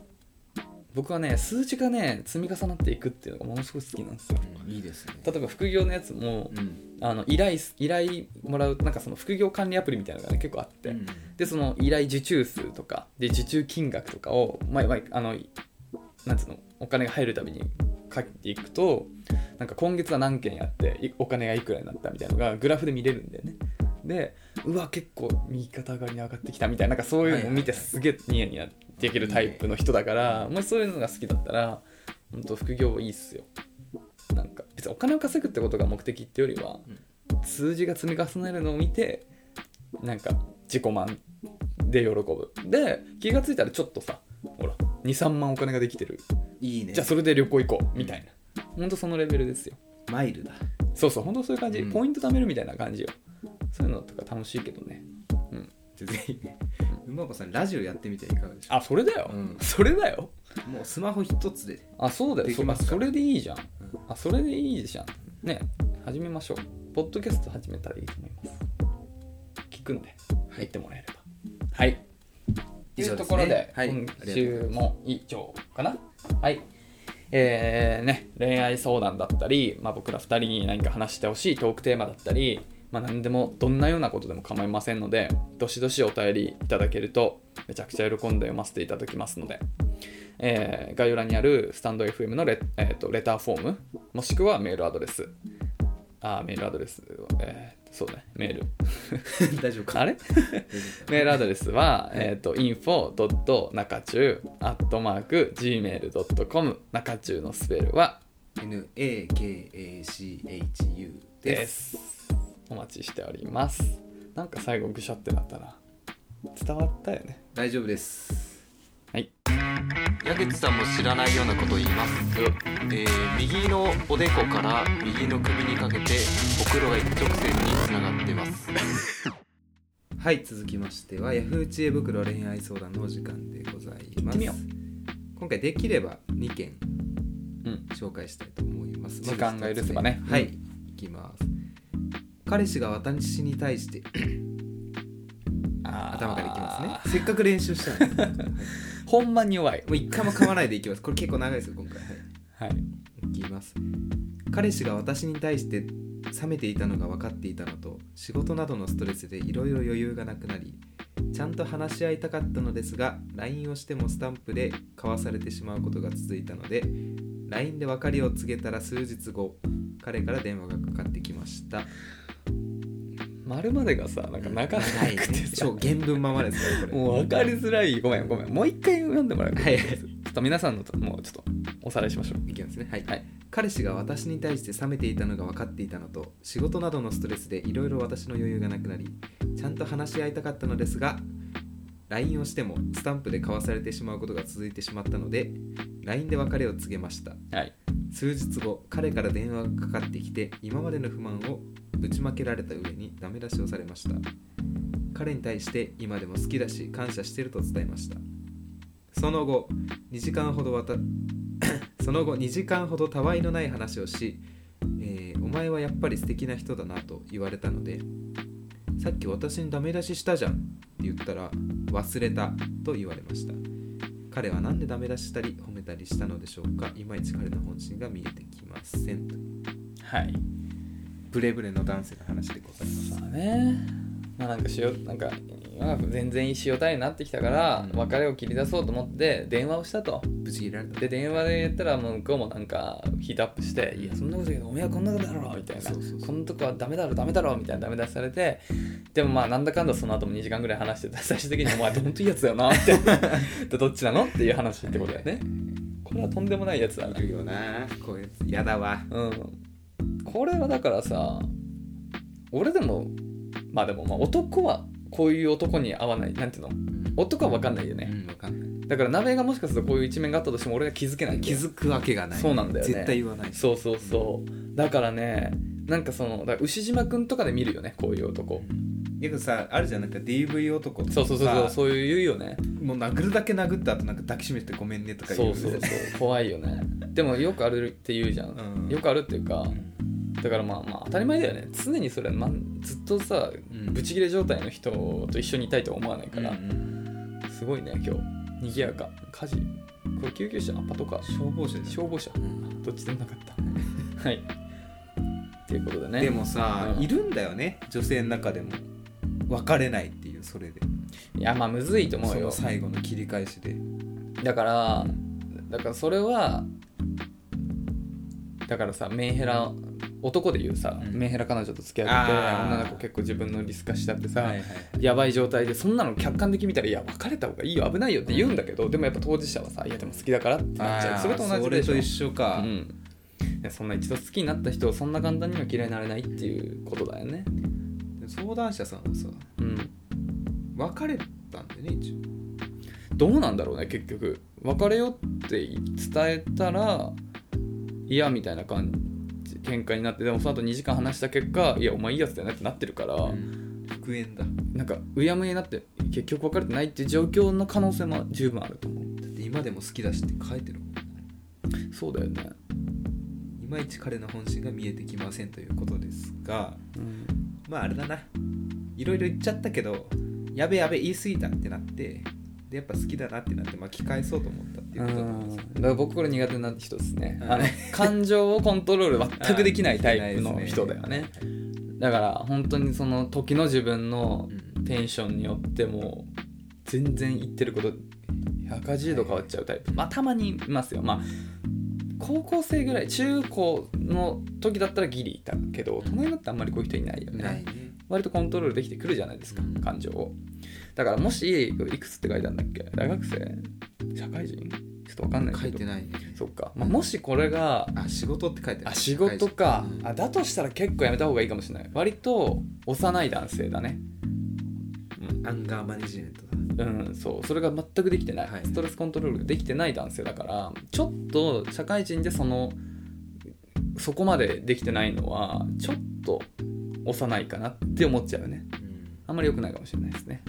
Speaker 2: 僕はね数値がね積み重なっていくっていうのがものすごい好きなんですよ
Speaker 1: うんいいですね
Speaker 2: 例えば副業のやつも
Speaker 1: うん
Speaker 2: あの依頼す依頼もらうなんかその副業管理アプリみたいなのが、ね、結構あって、
Speaker 1: うん
Speaker 2: でその依頼受注数とかで受注金額とかを毎毎あのなんつうのお金が入るたびに書いていくとなんか今月は何件やっていお金がいくらになったみたいなのがグラフで見れるんだよねでうわ結構右肩上がりに上がってきたみたいななんかそういうのを見て
Speaker 1: はいはいはい
Speaker 2: すげえニヤニヤできるタイプの人だからもしそういうのが好きだったら本当副業いいっすよなんか別にお金を稼ぐってことが目的ってよりは、数字が積み重ねるのを見てなんか自己満で喜ぶで気がついたらちょっとさほら23万お金ができてる
Speaker 1: いいね
Speaker 2: じゃあそれで旅行行こうみたいなほんとそのレベルですよ
Speaker 1: マイルだ
Speaker 2: そうそうほんとそういう感じ、
Speaker 1: うん
Speaker 2: ポイント貯めるみたいな感じよそういうのとか楽しいけどね
Speaker 1: じゃあぜひね馬子さんラジオやってみてはいかがでしょ
Speaker 2: あそれだよ、
Speaker 1: うん
Speaker 2: それだよ
Speaker 1: うもうスマホ一つ で
Speaker 2: あそうだよ
Speaker 1: でき
Speaker 2: そ
Speaker 1: ますか
Speaker 2: それでいいじゃん
Speaker 1: うん
Speaker 2: あそれでいいじゃんね始めましょうポッドキャスト始めたらいいと思います聞くんで入ってもらえればはいと
Speaker 1: 以
Speaker 2: い
Speaker 1: 上
Speaker 2: う
Speaker 1: で
Speaker 2: と
Speaker 1: すね
Speaker 2: ころで
Speaker 1: はい
Speaker 2: 今
Speaker 1: ありがとうござい
Speaker 2: 週も以上かなはいえーね恋愛相談だったり、まあ、僕ら2人に何か話してほしいトークテーマだったり、まあ、何でもどんなようなことでも構いませんのでどしどしお便りいただけるとめちゃくちゃ喜んで読ませていただきますのでえー概要欄にあるスタンド FM のレ,、えーとレターフォームもしくはメールアドレスあーメールアドレス、えーそうだねメール
Speaker 1: 大丈夫か
Speaker 2: あれメールアドレスは、えー、と info.nakachu.gmail.com 中中のスペルは
Speaker 1: NAKACHU
Speaker 2: で
Speaker 1: です
Speaker 2: すお待ちしておりますなんか最後ぐしゃってなったな伝わったよね
Speaker 1: 大丈夫です
Speaker 2: はい
Speaker 3: 矢口さんも知らないようなことを言います、えー右のおでこから右の首にかけてほくろが一直線につながって ます
Speaker 1: はい続きましては Yahoo 知恵袋恋愛相談のお時間でございま
Speaker 2: 行っ
Speaker 1: す
Speaker 2: てみよ
Speaker 1: 今回できれば2件
Speaker 2: うん
Speaker 1: 紹介したいと思います、
Speaker 2: 時間が許せばね
Speaker 1: まず一つ目はいいきます彼氏が私に対して
Speaker 2: あー
Speaker 1: 頭からいきますねせっかく練習したのに も
Speaker 2: ほんまに弱いう
Speaker 1: 一回も噛まないでいきますこれ結構長いですよ今回はい
Speaker 2: はい
Speaker 1: いきます彼氏が私に対して冷めていたのが分かっていたのと仕事などのストレスでいろいろ余裕がなくなりちゃんと話し合いたかったのですが LINE をしてもスタンプで交わされてしまうことが続いたので LINE で別れを告げたら数日後彼から電話がかかってきました
Speaker 2: 丸までがさなんかなかな
Speaker 1: 長い
Speaker 2: くて
Speaker 1: ね
Speaker 2: さ、
Speaker 1: 超原文ままですからこれ
Speaker 2: もう分かりづらいごめんごめんもう一回読んでもらうか、
Speaker 1: はい
Speaker 2: ちょっと皆さんのともうちょっとおさらいしましょう
Speaker 1: いきますねはい、
Speaker 2: はい
Speaker 1: 彼氏が私に対して冷めていたのが分かっていたのと仕事などのストレスでいろいろ私の余裕がなくなりちゃんと話し合いたかったのですが LINE をしてもスタンプで交わされてしまうことが続いてしまったので LINE で別れを告げました
Speaker 2: はい
Speaker 1: 数日後彼から電話がかかってきて今までの不満をぶちまけられた上にダメ出しをされました彼に対して今でも好きだし感謝してると伝えましたその後2時間ほどわた その後2時間ほどたわいのない話をし、えーお前はやっぱり素敵な人だなと言われたのでさっき私にダメ出ししたじゃんって言ったら忘れたと言われました彼は何でダメ出ししたり褒めたりしたのでしょうかいまいち彼の本心が見えてきませんと
Speaker 2: はい
Speaker 1: ブレブレの男性の話でございます
Speaker 2: まあねまあなんかしようなんか今全然塩対応になってきたから、
Speaker 1: うん
Speaker 2: 別れを切り出そうと思って電話をしたと
Speaker 1: ぶち切られた
Speaker 2: で電話で言ったらもう向こうもなんかヒートアップして「いやそんなこと言うけどおめえはこんなことだろ」みたいな
Speaker 1: そうそうそう
Speaker 2: こんなとこはダメだろダメだろ」みたいなダメ出しされてでもまあなんだかんだその後も2時間ぐらい 話 して最終的に「お前ほんといいやつだよな」ってでどっちなのっていう話ってことだよねここれはとんでもないやつだ
Speaker 1: い
Speaker 2: な
Speaker 1: るよなこういうやつやだわ
Speaker 2: うんこれはだからさ俺でもまあでもまあ男はこういう男に合わないなんていうの男は分かんないよ
Speaker 1: う
Speaker 2: ね、
Speaker 1: んわかんない
Speaker 2: だから鍋がもしかするとこういう一面があったとしても俺が気づけないんだ
Speaker 1: 気
Speaker 2: よ
Speaker 1: づくわけがない
Speaker 2: そうなんだよね
Speaker 1: 絶対言わない
Speaker 2: そうそうそうだからねなんかそのだから牛島くんとかで見るよねこういう男
Speaker 1: けどさあるじゃんなんか DV 男とか
Speaker 2: そうそうそうそう
Speaker 1: さ
Speaker 2: そういう言うよね
Speaker 1: もう殴るだけ殴った後なんか抱きしめてごめんねとか
Speaker 2: そうそうそう怖いよねでもよくあるって言うじゃん、
Speaker 1: うん
Speaker 2: よくあるっていうか
Speaker 1: うん
Speaker 2: だからまあまあ当たり前だよね常にそれ、まん、ずっとさ
Speaker 1: うん
Speaker 2: ブチギレ状態の人と一緒にいたいとは思わないから、
Speaker 1: うん
Speaker 2: すごいね今日賑やか火事これ救急車パトカー
Speaker 1: 消防車じゃん
Speaker 2: 消防車どっちでもなかった はいっていうことでね
Speaker 1: でもさ、
Speaker 2: うん
Speaker 1: いるんだよね女性の中でも別れないっていうそれで
Speaker 2: いやまあむずいと思
Speaker 1: そうの
Speaker 2: よ
Speaker 1: 最後の切り返しで
Speaker 2: だからだからそれはだからさメンヘラ男で言うさ、
Speaker 1: うん
Speaker 2: メンヘラ彼女と付き合ってて
Speaker 1: あー
Speaker 2: 女の子結構自分のリス化しちゃってさ、
Speaker 1: はいはい
Speaker 2: やばい状態でそんなの客観的に見たらいや別れた方がいいよ危ないよって言うんだけど、でもやっぱ当事者はさいやでも好きだからってなっちゃうそれと同じでしょ
Speaker 1: それと一緒か、
Speaker 2: うんいやそんな一度好きになった人をそんな簡単には嫌いになれないっていうことだよね
Speaker 1: 相談者さんはさ
Speaker 2: うん
Speaker 1: 別れたんだよね一応
Speaker 2: どうなんだろうね結局別れよって伝えたら嫌みたいな感じ喧嘩になってでもその後2時間話した結果いやお前いいやつだよねってなってるから、
Speaker 1: うん復縁だだ
Speaker 2: なんかうやむやになって結局別れてないっていう状況の可能性も十分あると思う
Speaker 1: って今でも好きだしって書いてるもん
Speaker 2: そうだよね、
Speaker 1: いまいち彼の本心が見えてきませんということですがまああれだないろいろ言っちゃったけどやべやべ言い過ぎたってなってでやっぱ好きだなってなって巻き返そうと思ったっていううことなんです
Speaker 2: ん、だから僕これ苦手な人ですね、
Speaker 1: うん
Speaker 2: あの感情をコントロール全くできないタイプの人だよねだから本当にその時の自分の
Speaker 1: うん
Speaker 2: テンションによってもう全然言ってること180度変わっちゃうタイプ、まあたまにいますよまあ高校生ぐらい中高の時だったらギリいたけど大人になってあんまりこういう人いないよね
Speaker 1: ないね
Speaker 2: 割とコントロールできてくるじゃないですか
Speaker 1: うん
Speaker 2: 感情をだからもしいくつって書いてあるんだっけ大学生社会人ちょっと分かんないけど
Speaker 1: 書いてないね
Speaker 2: そっか、まあ、もしこれが
Speaker 1: あ仕事って書いてある
Speaker 2: あ仕事か、
Speaker 1: うん
Speaker 2: あだとしたら結構やめた方がいいかもしれない割と幼い男性だね
Speaker 1: アンガーマネジメントだ
Speaker 2: うん、そうそれが全くできてない、
Speaker 1: はい
Speaker 2: ストレスコントロールができてない男性だからちょっと社会人でそのそこまでできてないのはちょっと幼いかなって思っちゃうね
Speaker 1: うん
Speaker 2: あんまり良くないかもしれないですね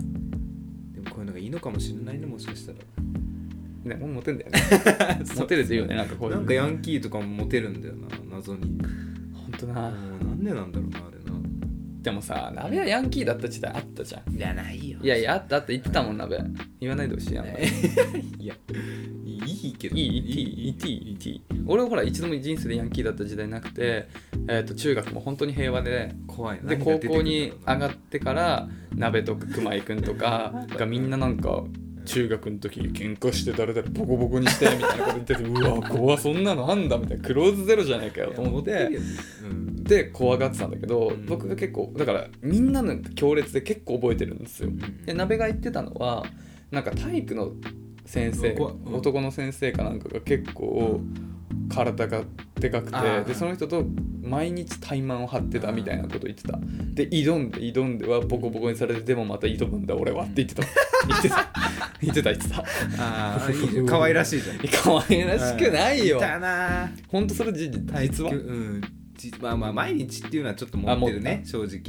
Speaker 1: でもこういうのがいいのかもしれないねもしかしたら
Speaker 2: ねもうモテんだよ ねモテるっていいよねなんかこういう
Speaker 1: な
Speaker 2: の
Speaker 1: んかヤンキーとかもモテるんだよな謎に
Speaker 2: 本当
Speaker 1: あ
Speaker 2: な
Speaker 1: なんでなんだろうなあれな
Speaker 2: でもさ鍋はヤンキーだった時代あったじゃん
Speaker 1: いやないよ
Speaker 2: いやいやあったあった言ってたもん鍋言わないでほしいやんまり
Speaker 1: いやいいけど
Speaker 2: いい ET ET ET 俺はほら一度も人生でヤンキーだった時代なくて、えー、と中学も本当に平和で
Speaker 1: 怖いな
Speaker 2: で高校に上が
Speaker 1: っ
Speaker 2: ってから鍋とか熊井くんとか がみんななんか中学の時に喧嘩して誰々ボコボコにしてみたいなこと言っててうわ怖そんなのあんだみたいなクローズゼロじゃないかよと思って。
Speaker 1: うん
Speaker 2: で怖がってたんだけど、
Speaker 1: うん
Speaker 2: 僕が結構だからみんなの強烈で結構覚えてるんですよ。で
Speaker 1: な
Speaker 2: 鍋が言ってたのはなんか体育の先生、
Speaker 1: うわうん
Speaker 2: 男の先生かなんかが結構体がでかく
Speaker 1: あー
Speaker 2: てでその人と毎日怠慢を張ってたみたいなこと言ってたで挑んで挑んではボコボコにされてでもまた挑むんだ俺はっ て言ってた言ってた言ってた言ってた
Speaker 1: ああいい ね可愛らしいじゃん
Speaker 2: 可愛らしくないよ
Speaker 1: だな
Speaker 2: ほんとそれ事実
Speaker 1: 体育
Speaker 2: 実は、
Speaker 1: うんじまあまあ毎日っていうのはちょっと持ってるね正直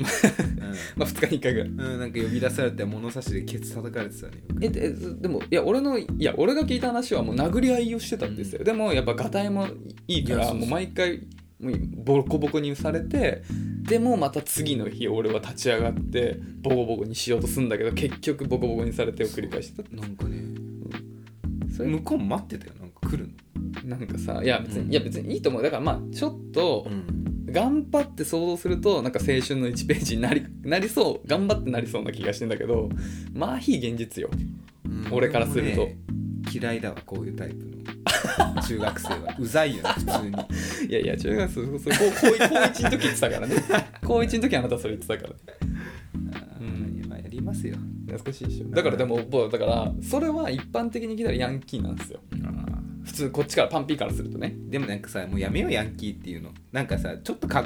Speaker 2: まあ、2日に1回ぐらい
Speaker 1: うんうんなんか呼び出されて物差しでケツ叩かれてたね
Speaker 2: えでえでもいや俺のいや俺が聞いた話はもう殴り合いをしてたんですよ、
Speaker 1: うん
Speaker 2: でもやっぱガタイもいいか
Speaker 1: いや
Speaker 2: ら
Speaker 1: そうそう
Speaker 2: もう毎回もうボコボコにされてでもまた次の日俺は立ち上がってボコボコにしようとするんだけど結局ボコボコにされてを繰り返してた
Speaker 1: なんかね
Speaker 2: それ
Speaker 1: 向こうも待ってたよなんか来るの
Speaker 2: なんかさいや別に、
Speaker 1: うん
Speaker 2: いや別にいいと思うだからまあちょっと
Speaker 1: ん
Speaker 2: 頑張って想像するとなんか青春の1ページになりなりそう頑張ってなりそうな気がしてんだけどまあ非現実よ俺からすると
Speaker 1: 俺もね嫌いだわこういうタイプの中学生はうざいよね普 通に
Speaker 2: いやいや、中学生、そうそう高高一高一の時言ってたから ね。高一の時あなたそれ言ってたから。うん
Speaker 1: いやまあやりますよ
Speaker 2: 懐かしいでしょ。だからでも、僕だから、それは一般的に来たらヤンキーなんですよ。普通こっちからパンピーからするとね
Speaker 1: でもなんかさもうやめようヤンキーっていうのなんかさちょっとかっ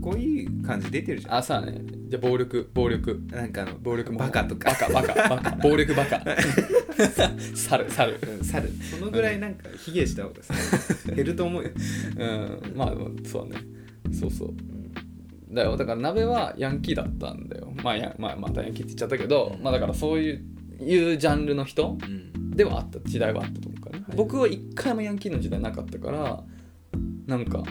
Speaker 1: こいい感じ出てるじゃん
Speaker 2: あさあねじゃあ暴力暴力
Speaker 1: なんかあの
Speaker 2: 暴力も
Speaker 1: バカとか
Speaker 2: バカバカバカ暴力バカ 猿猿
Speaker 1: うん 猿そのぐらいなんか卑下した方がさ減ると思うよ、
Speaker 2: うんまあそうだねそうそうだよだから鍋はヤンキーだったんだよまあやまあまたヤンキーって言っちゃったけど、まあだからそういういうジャンルの人
Speaker 1: うん
Speaker 2: ではあった時代はあったと思うから、ね
Speaker 1: はい
Speaker 2: 僕は一回もヤンキーの時代なかったからなんかだか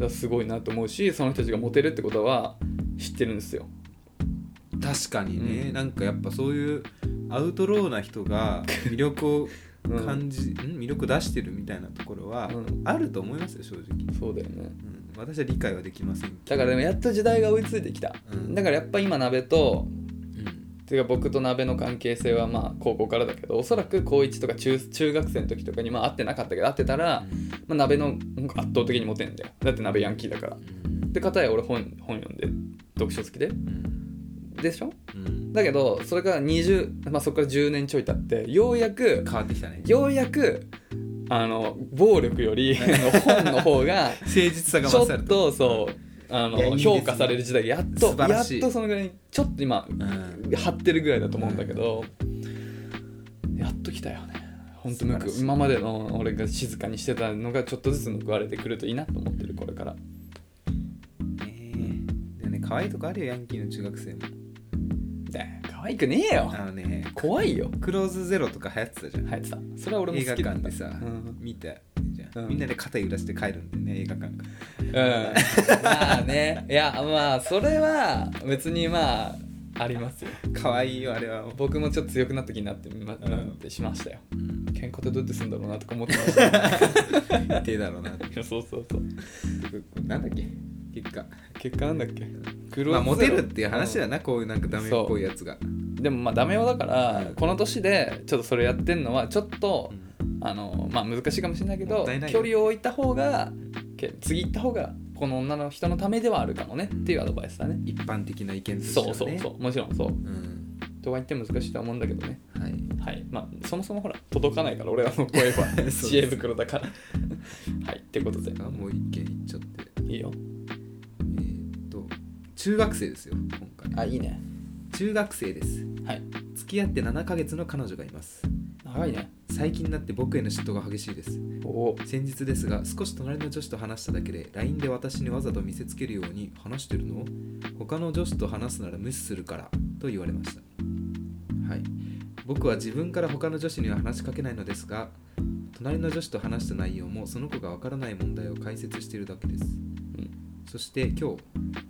Speaker 2: らすごいなと思うしその人たちがモテるってことは知ってるんですよ
Speaker 1: 確かにね、
Speaker 2: うん
Speaker 1: なんかやっぱそういうアウトローな人 が魅力を
Speaker 2: うん
Speaker 1: 感じ、ん魅力出してるみたいなところは
Speaker 2: うん
Speaker 1: あると思いますよ正直、
Speaker 2: そうだよね
Speaker 1: うん、私は理解はできませんけ
Speaker 2: だからでもやっと時代が追いついてきた、
Speaker 1: うん
Speaker 2: だからやっぱ今鍋
Speaker 1: ど、う
Speaker 2: と
Speaker 1: ん
Speaker 2: ていうか僕と鍋の関係性はまあ高校からだけどおそらく高1とか中中学生の時とかにまあ会ってなかったけど会ってたら、まあ、鍋の方が圧倒的にモテんだよだって鍋ヤンキーだから
Speaker 1: うん
Speaker 2: で片や俺本本読んで読書好きで
Speaker 1: うん
Speaker 2: でしょ
Speaker 1: うん
Speaker 2: だけどそれから20、まあ、そこから10年ちょい経ってようやく
Speaker 1: 変わってきたね
Speaker 2: ようやくあの暴力よりあの本の 方が
Speaker 1: 誠実さが
Speaker 2: ちょ
Speaker 1: 増され
Speaker 2: ったとそうあ
Speaker 1: いやいい
Speaker 2: の
Speaker 1: ですね
Speaker 2: 評価される時代がやっと
Speaker 1: 素晴
Speaker 2: や
Speaker 1: ら
Speaker 2: っ
Speaker 1: しい
Speaker 2: とそのぐらいにちょっと今
Speaker 1: うん
Speaker 2: 張ってるぐらいだと思うんだけど、やっと来たよね本当む
Speaker 1: 素晴
Speaker 2: く
Speaker 1: らしい
Speaker 2: 今までの俺が静かにしてたのがちょっとずつ報われてくるといいなと思ってるこれから
Speaker 1: ねえでもね可愛いとこあるよヤンキーの中学生も
Speaker 2: だ可愛くねえよ
Speaker 1: あのね
Speaker 2: 怖いよ
Speaker 1: クローズゼロとか流行ってたじゃん
Speaker 2: 流行ってたそれは俺も
Speaker 1: 映
Speaker 2: 好
Speaker 1: 画
Speaker 2: きだ
Speaker 1: 館
Speaker 2: った
Speaker 1: でさ、
Speaker 2: うん
Speaker 1: 見てじゃん、
Speaker 2: うん
Speaker 1: みんなで肩揺らして帰るんだよね映画館から
Speaker 2: うん、まあねいやまあそれは別にまあありますよ
Speaker 1: 可愛いよあれは、
Speaker 2: 僕もちょっと強くなった気になって,、ま、
Speaker 1: うん
Speaker 2: なってしましたよ
Speaker 1: うん、
Speaker 2: 喧嘩ってどうやってするんだろうなとか思ってました
Speaker 1: 手だろうなって
Speaker 2: そうそうそう
Speaker 1: なんだっけ結果
Speaker 2: 結果なんだっけ黒
Speaker 1: まあモテるっていう話だ
Speaker 2: ね
Speaker 1: な、こういうなんかダメっぽいやつが
Speaker 2: でもまあダメ男だから、
Speaker 1: うん
Speaker 2: この年でちょっとそれやってんのはちょっと、あのまあ難しいかもしれないけ
Speaker 1: も
Speaker 2: ど
Speaker 1: ったいないよ
Speaker 2: 距離を置いた方がけ次行った方がこの女の人のためではあるかもねっていうアドバイスだね
Speaker 1: 一般的な意見としては
Speaker 2: そ
Speaker 1: ね
Speaker 2: うそうそううもちろんそう
Speaker 1: うん
Speaker 2: とは言っても難しいとは思うんだけどね
Speaker 1: はい
Speaker 2: はいまあそもそもほら届かないから俺らの 声は
Speaker 1: す
Speaker 2: 知恵袋だからはいってことで
Speaker 1: あもう一件いっちゃって
Speaker 2: いいよ
Speaker 1: えーっと中学生ですよ今回
Speaker 2: あいいね
Speaker 1: 中学生です
Speaker 2: はい
Speaker 1: 付き合って7ヶ月の彼女がいます
Speaker 2: 長いね
Speaker 1: 最近になって僕への嫉妬が激しいです
Speaker 2: おお
Speaker 1: 先日ですが少し隣の女子と話しただけで LINE で私にわざと見せつけるように話してるの他の女子と話すなら無視するからと言われましたはい僕は自分から他の女子には話しかけないのですが隣の女子と話した内容もその子がわからない問題を解説しているだけです、
Speaker 2: ん
Speaker 1: そして今日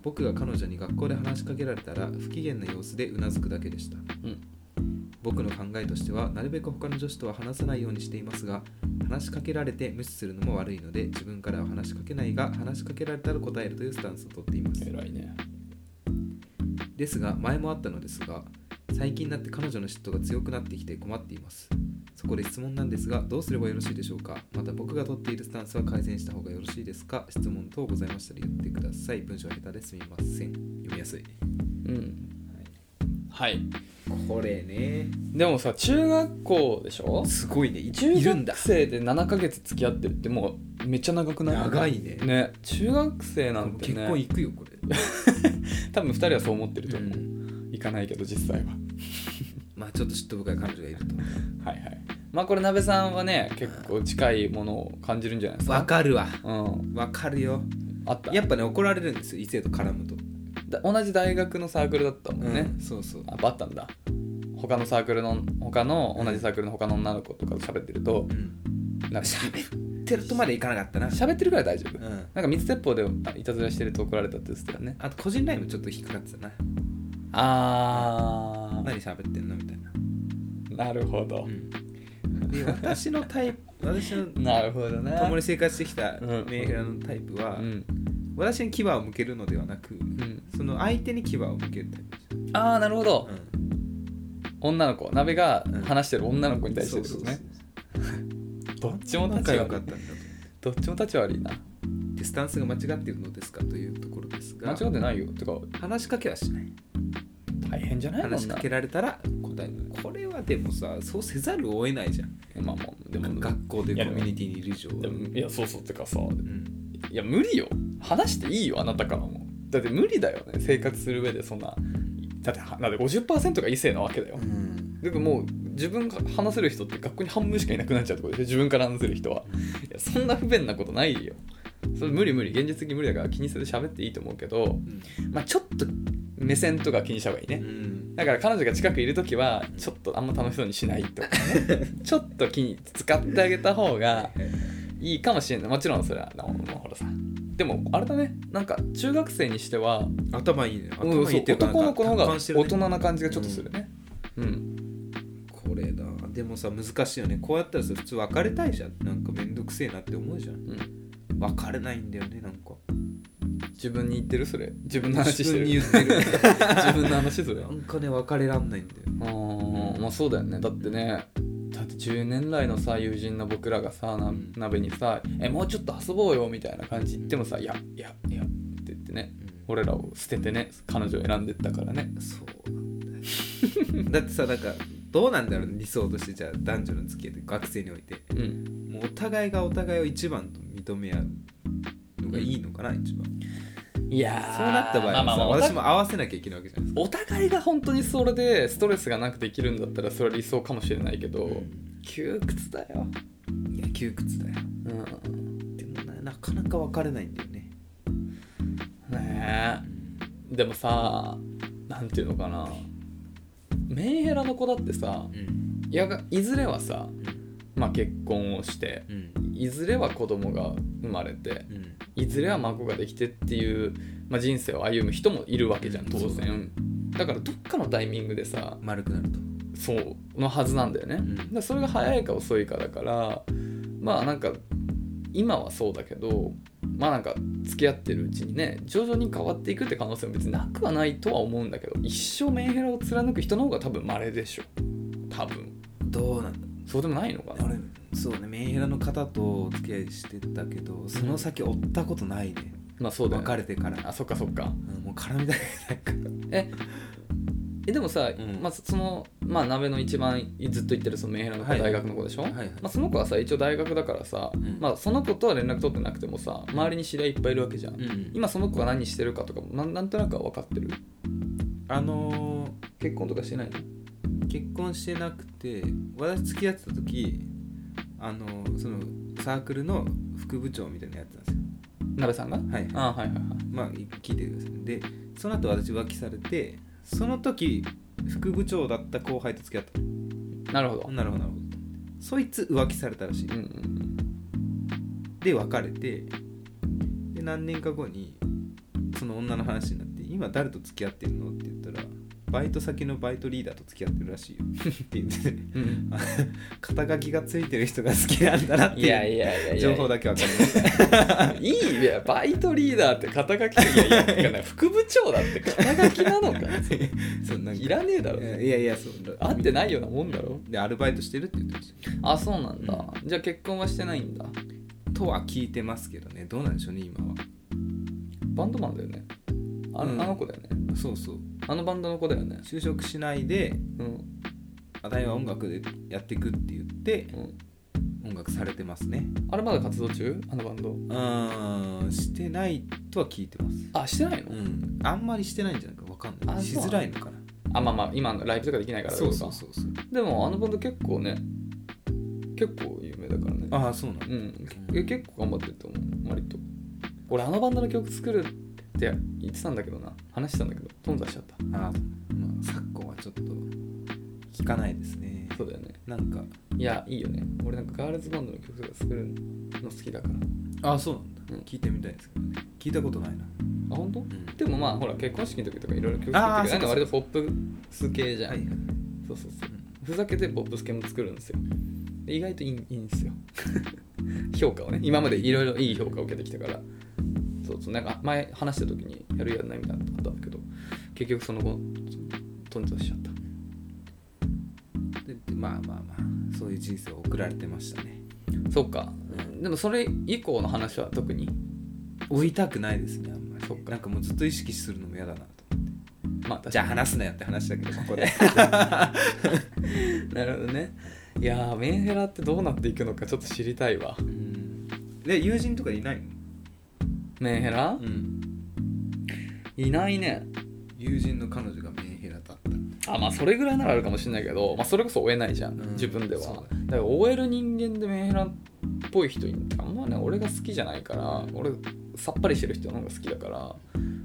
Speaker 1: 僕が彼女に学校で話しかけられたら不機嫌な様子でうなずくだけでした
Speaker 2: うん
Speaker 1: 僕の考えとしてはなるべく他の女子とは話さないようにしていますが話しかけられて無視するのも悪いので自分からは話しかけないが話しかけられたら答えるというスタンスをとっています
Speaker 2: 偉いね
Speaker 1: ですが前もあったのですが最近になって彼女の嫉妬が強くなってきて困っていますそこで質問なんですがどうすればよろしいでしょうかまた僕が取っているスタンスは改善した方がよろしいですか質問等ございましたら言ってください文章は下手ですみません読みやすい
Speaker 2: うんはい
Speaker 1: これね
Speaker 2: でもさ中学校でしょ
Speaker 1: すごいねい
Speaker 2: 中
Speaker 1: いるんだ
Speaker 2: 学生で7ヶ月付き合ってるってもうめっちゃ長くない
Speaker 1: 長いね
Speaker 2: ね中学生なんて
Speaker 1: 結
Speaker 2: ね
Speaker 1: 構いくよこれ、
Speaker 2: 多分2人はそう思ってると
Speaker 1: う
Speaker 2: 思う、
Speaker 1: ん、
Speaker 2: 行かないけど実際は
Speaker 1: まあちょっと嫉妬深い彼女がいると
Speaker 2: はいはいまあこれ鍋さんはね結構近いものを感じるんじゃないですか
Speaker 1: わかるわ
Speaker 2: うん
Speaker 1: わかるよ
Speaker 2: あった
Speaker 1: やっぱね怒られるんですよ異性と絡むと、
Speaker 2: だ同じ大学のサークルだったもんね、
Speaker 1: うんそうそう
Speaker 2: ああったんだ他のサークルの他の同じサークルの他の女の子とかと喋ってると
Speaker 1: うん
Speaker 2: なんか
Speaker 1: 喋ってるとまでいかなかったな
Speaker 2: 喋ってるからい大丈夫、
Speaker 1: うん
Speaker 2: なんか水鉄砲であいたずらしてると怒られたって言ってたよね
Speaker 1: あと個人ラインもちょっと引っかかってたな
Speaker 2: あー、
Speaker 1: 何喋ってんのみたいな、
Speaker 2: なるほど、
Speaker 1: で私のタイ プ私の
Speaker 2: なるほどね
Speaker 1: 共に生活してきた
Speaker 2: うん
Speaker 1: メンヘラのタイプは、
Speaker 2: うん
Speaker 1: 私に牙を向けるのではなく、
Speaker 2: ん
Speaker 1: その相手に牙を向けるタイプでし
Speaker 2: ああなるほ
Speaker 1: た
Speaker 2: ど、
Speaker 1: うん
Speaker 2: 女の子鍋が
Speaker 1: うん
Speaker 2: 話してる女の子に対してってことね、どっちも立
Speaker 1: 仲
Speaker 2: ち
Speaker 1: 良
Speaker 2: 悪
Speaker 1: か
Speaker 2: い
Speaker 1: ったんだと
Speaker 2: どっちも立ち悪いな
Speaker 1: でスタンスが間違っているのですかというところですが
Speaker 2: 間違ってないよてか
Speaker 1: 話しかけはしない
Speaker 2: 大変じゃないも
Speaker 1: 話
Speaker 2: ん
Speaker 1: しか
Speaker 2: な
Speaker 1: けられたら答だよこれはでもさそうせざるを得ないじゃん
Speaker 2: まあまあでも
Speaker 1: 学校とい
Speaker 2: いうや
Speaker 1: コミュニティにいる以上は
Speaker 2: でもいやそうそうってかさ
Speaker 1: うん
Speaker 2: いや無理よ話していいよあなたからもだって無理だよね生活する上でそんなだってはだって50%が異性なわけだよだからもう自分が話せる人って学校に半分しかいなくなっちゃうってことでしょ自分から話せる人はいやそんな不便なことないよそれ無理無理現実的に無理だから気にせず喋っていいと思うけど、
Speaker 1: うん
Speaker 2: まあ、ちょっと目線とか気にした方がいいね、
Speaker 1: うん
Speaker 2: だから彼女が近くいる時はちょっとあんま楽しそうにしないとかね ちょっと気に使ってあげた方がいいかもしれないもちろんそれはなまあほらさでもあれだねなんか中学生にしては
Speaker 1: 頭いいね
Speaker 2: うん
Speaker 1: 頭いいって
Speaker 2: そ
Speaker 1: い
Speaker 2: う
Speaker 1: うか
Speaker 2: 男の子の方が
Speaker 1: 達観してる
Speaker 2: 大
Speaker 1: ね
Speaker 2: 人な感じがちょっとするねうん、
Speaker 1: これだでもさ難しいよねこうやったらさ普通別れたいじゃんなんかめんどくせえなって思うじゃん
Speaker 2: うん、
Speaker 1: 別れないんだよねなんか
Speaker 2: 自分に言ってるそれ自分の話してる
Speaker 1: 自分に言 ってる
Speaker 2: 自分の話それ
Speaker 1: なんかね別れらんないんだよ
Speaker 2: あーまあそうだよねだってねだって10年来のさ友人の僕らがさな
Speaker 1: うん
Speaker 2: 鍋にさ「えもうちょっと遊ぼうよ」みたいな感じ言ってもさ「いやいやいや」って言ってね俺らを捨ててね彼女を選んでったからね
Speaker 1: そうなんだよだってさなんかどうなんだろうね理想としてじゃあ男女の付き合いで学生において
Speaker 2: うん
Speaker 1: もうお互いがお互いを一番と認め合うのがいいのかな、一番
Speaker 2: いや
Speaker 1: そうなった場合はさ、
Speaker 2: まあまあ
Speaker 1: 私も合わせなきゃいけないわけじゃないですか
Speaker 2: お互いが本当にそれでストレスがなくできるんだったらそれは理想かもしれないけど、窮屈だよ、
Speaker 1: いや窮屈だよ
Speaker 2: うん、
Speaker 1: でもななかなか別れないんだよね
Speaker 2: ねえでもさなんていうのかなメンヘラの子だってさ
Speaker 1: うん
Speaker 2: いやがいずれはさ、
Speaker 1: ん
Speaker 2: まあ、結婚をして
Speaker 1: うん
Speaker 2: いずれは子供が生まれて
Speaker 1: うん
Speaker 2: いずれは孫ができてっていう、まあ、人生を歩む人もいるわけじゃん当
Speaker 1: そうだ
Speaker 2: 然だからどっかのタイミングでさ
Speaker 1: 丸くなると
Speaker 2: そうのはずなんだよね、
Speaker 1: ん
Speaker 2: だからそれが早いか遅いかだからまあなんか今はそうだけどまあなんか付き合ってるうちにね徐々に変わっていくって可能性も別になくはないとは思うんだけど一生メンヘラを貫く人の方が多分稀でしょ多分
Speaker 1: どうなんだ
Speaker 2: そうでもないのかな
Speaker 1: 俺そうねメンヘラの方とお付き合いしてたけどその先追ったことないね、
Speaker 2: まあそうだよ、ね、
Speaker 1: 別れてから
Speaker 2: あそっかそっか
Speaker 1: うんもう絡みたくない
Speaker 2: えでもさ、
Speaker 1: ん
Speaker 2: まあ、その、まあ、鍋の一番ずっと言ってるそのメンヘラの子、
Speaker 1: はい
Speaker 2: 大学の子でしょ、
Speaker 1: はいはい
Speaker 2: まあ、その子はさ一応大学だからさ、
Speaker 1: ん
Speaker 2: まあ、その子とは連絡取ってなくてもさ周りに知り合いいっぱいいるわけじゃん、
Speaker 1: うん今
Speaker 2: 今その子が何してるかとかなんなんとなくは分かってる
Speaker 1: あのー
Speaker 2: 結婚とかしてないの
Speaker 1: 結婚してなくて私付き合ってた時あのそのサークルの副部長みたいなのやってたんですよ
Speaker 2: 鍋さんが
Speaker 1: はい
Speaker 2: ああはいはいはい
Speaker 1: まあ聞いてくださいでその後私浮気されてその時副部長だった後輩と付き合った
Speaker 2: なるほど
Speaker 1: のなるほどなるほどそいつ浮気されたらしい
Speaker 2: うんうん
Speaker 1: で別れてで何年か後にその女の話になって「今誰と付き合ってるの?」って言ったら「バイト先のバイトリーダーと付き合ってるらしいよ」って言ってて
Speaker 2: うんうん
Speaker 1: あ 肩書きがついてる人が好きなんだな って
Speaker 2: いや
Speaker 1: いう
Speaker 2: いやいやいや
Speaker 1: 情報だけ分かりました
Speaker 2: いいやバイトリーダーって肩書きいやいやて かね副部長だって肩書きなのか
Speaker 1: そうなんか
Speaker 2: いらねえだろ
Speaker 1: いやいやそう
Speaker 2: 合ってないようなもんだろ
Speaker 1: でアルバイトしてるって言ってました
Speaker 2: あそうなんだ、じゃあ結婚はしてないんだ
Speaker 1: とは聞いてますけどねどうなんでしょうね今は
Speaker 2: バンドマンだよねあ,、
Speaker 1: うん
Speaker 2: あの子だよね
Speaker 1: そうそう
Speaker 2: あのバンドの子だよね
Speaker 1: 就職しないで
Speaker 2: うん
Speaker 1: あたいは音楽でやっていくって言って
Speaker 2: うん
Speaker 1: 音楽されてますね
Speaker 2: あれまだ活動中あのバンド
Speaker 1: うーんしてないとは聞いてます
Speaker 2: あしてないの、
Speaker 1: うんあんまりしてないんじゃないかわかんな
Speaker 2: あ
Speaker 1: いしづらいのかな
Speaker 2: あまあまあ今のライブとかできないから
Speaker 1: そう
Speaker 2: ど
Speaker 1: そう
Speaker 2: か
Speaker 1: そうそう
Speaker 2: でもあのバンド結構ね結構有名だからね
Speaker 1: ああそうなの
Speaker 2: うんえ結構頑張ってると思う割と俺あのバンドの曲作るって言ってたんだけどな話してたんだけど頓挫しちゃった
Speaker 1: あーまあ昨今はちょっと聞かないですね
Speaker 2: そうだよね
Speaker 1: なんか
Speaker 2: いやいいよね俺なんかガールズバンドの曲とか作るの好きだから
Speaker 1: ああそうなんだ、
Speaker 2: うん
Speaker 1: 聞いてみたいですけどね聞いたことないな
Speaker 2: あ本当、
Speaker 1: ん
Speaker 2: でもまあほら結婚式の時とかいろいろ曲
Speaker 1: あー
Speaker 2: 作ってるなん
Speaker 1: そ
Speaker 2: か
Speaker 1: う
Speaker 2: 割とポップス系じゃん、
Speaker 1: はいはい
Speaker 2: そうそうそう
Speaker 1: うん
Speaker 2: ふざけてポップス系も作るんですよで意外といいいいんですよ 評価をね今までいろいろいい評価を受けてきたからそうそうなんか前話した時にやるやらないみたいなのあったんだけど結局その後頓挫しちゃった
Speaker 1: ででまあまあまあそういう人生を送られてましたね
Speaker 2: そっかでもそれ以降の話は特に
Speaker 1: 追いたくないですねあんまり
Speaker 2: そっか
Speaker 1: なんかもうずっと意識するのも嫌だなと思って
Speaker 2: まあ確かに
Speaker 1: じゃあ話すなよって話だけど ここで
Speaker 2: なるほどねいやーメンヘラってどうなっていくのかちょっと知りたいわ
Speaker 1: うんで友人とかいないの、
Speaker 2: メンヘラ、
Speaker 1: ん、
Speaker 2: いないね
Speaker 1: 友人の彼女がメンヘラだったら
Speaker 2: あまあそれぐらいならあるかもしれないけど、まあ、それこそ追えないじゃん、
Speaker 1: うん
Speaker 2: 自分では
Speaker 1: そう
Speaker 2: だ,、
Speaker 1: だね
Speaker 2: から追える人間でメンヘラっぽい人いあんまね俺が好きじゃないから俺さっぱりしてる人の方が好きだから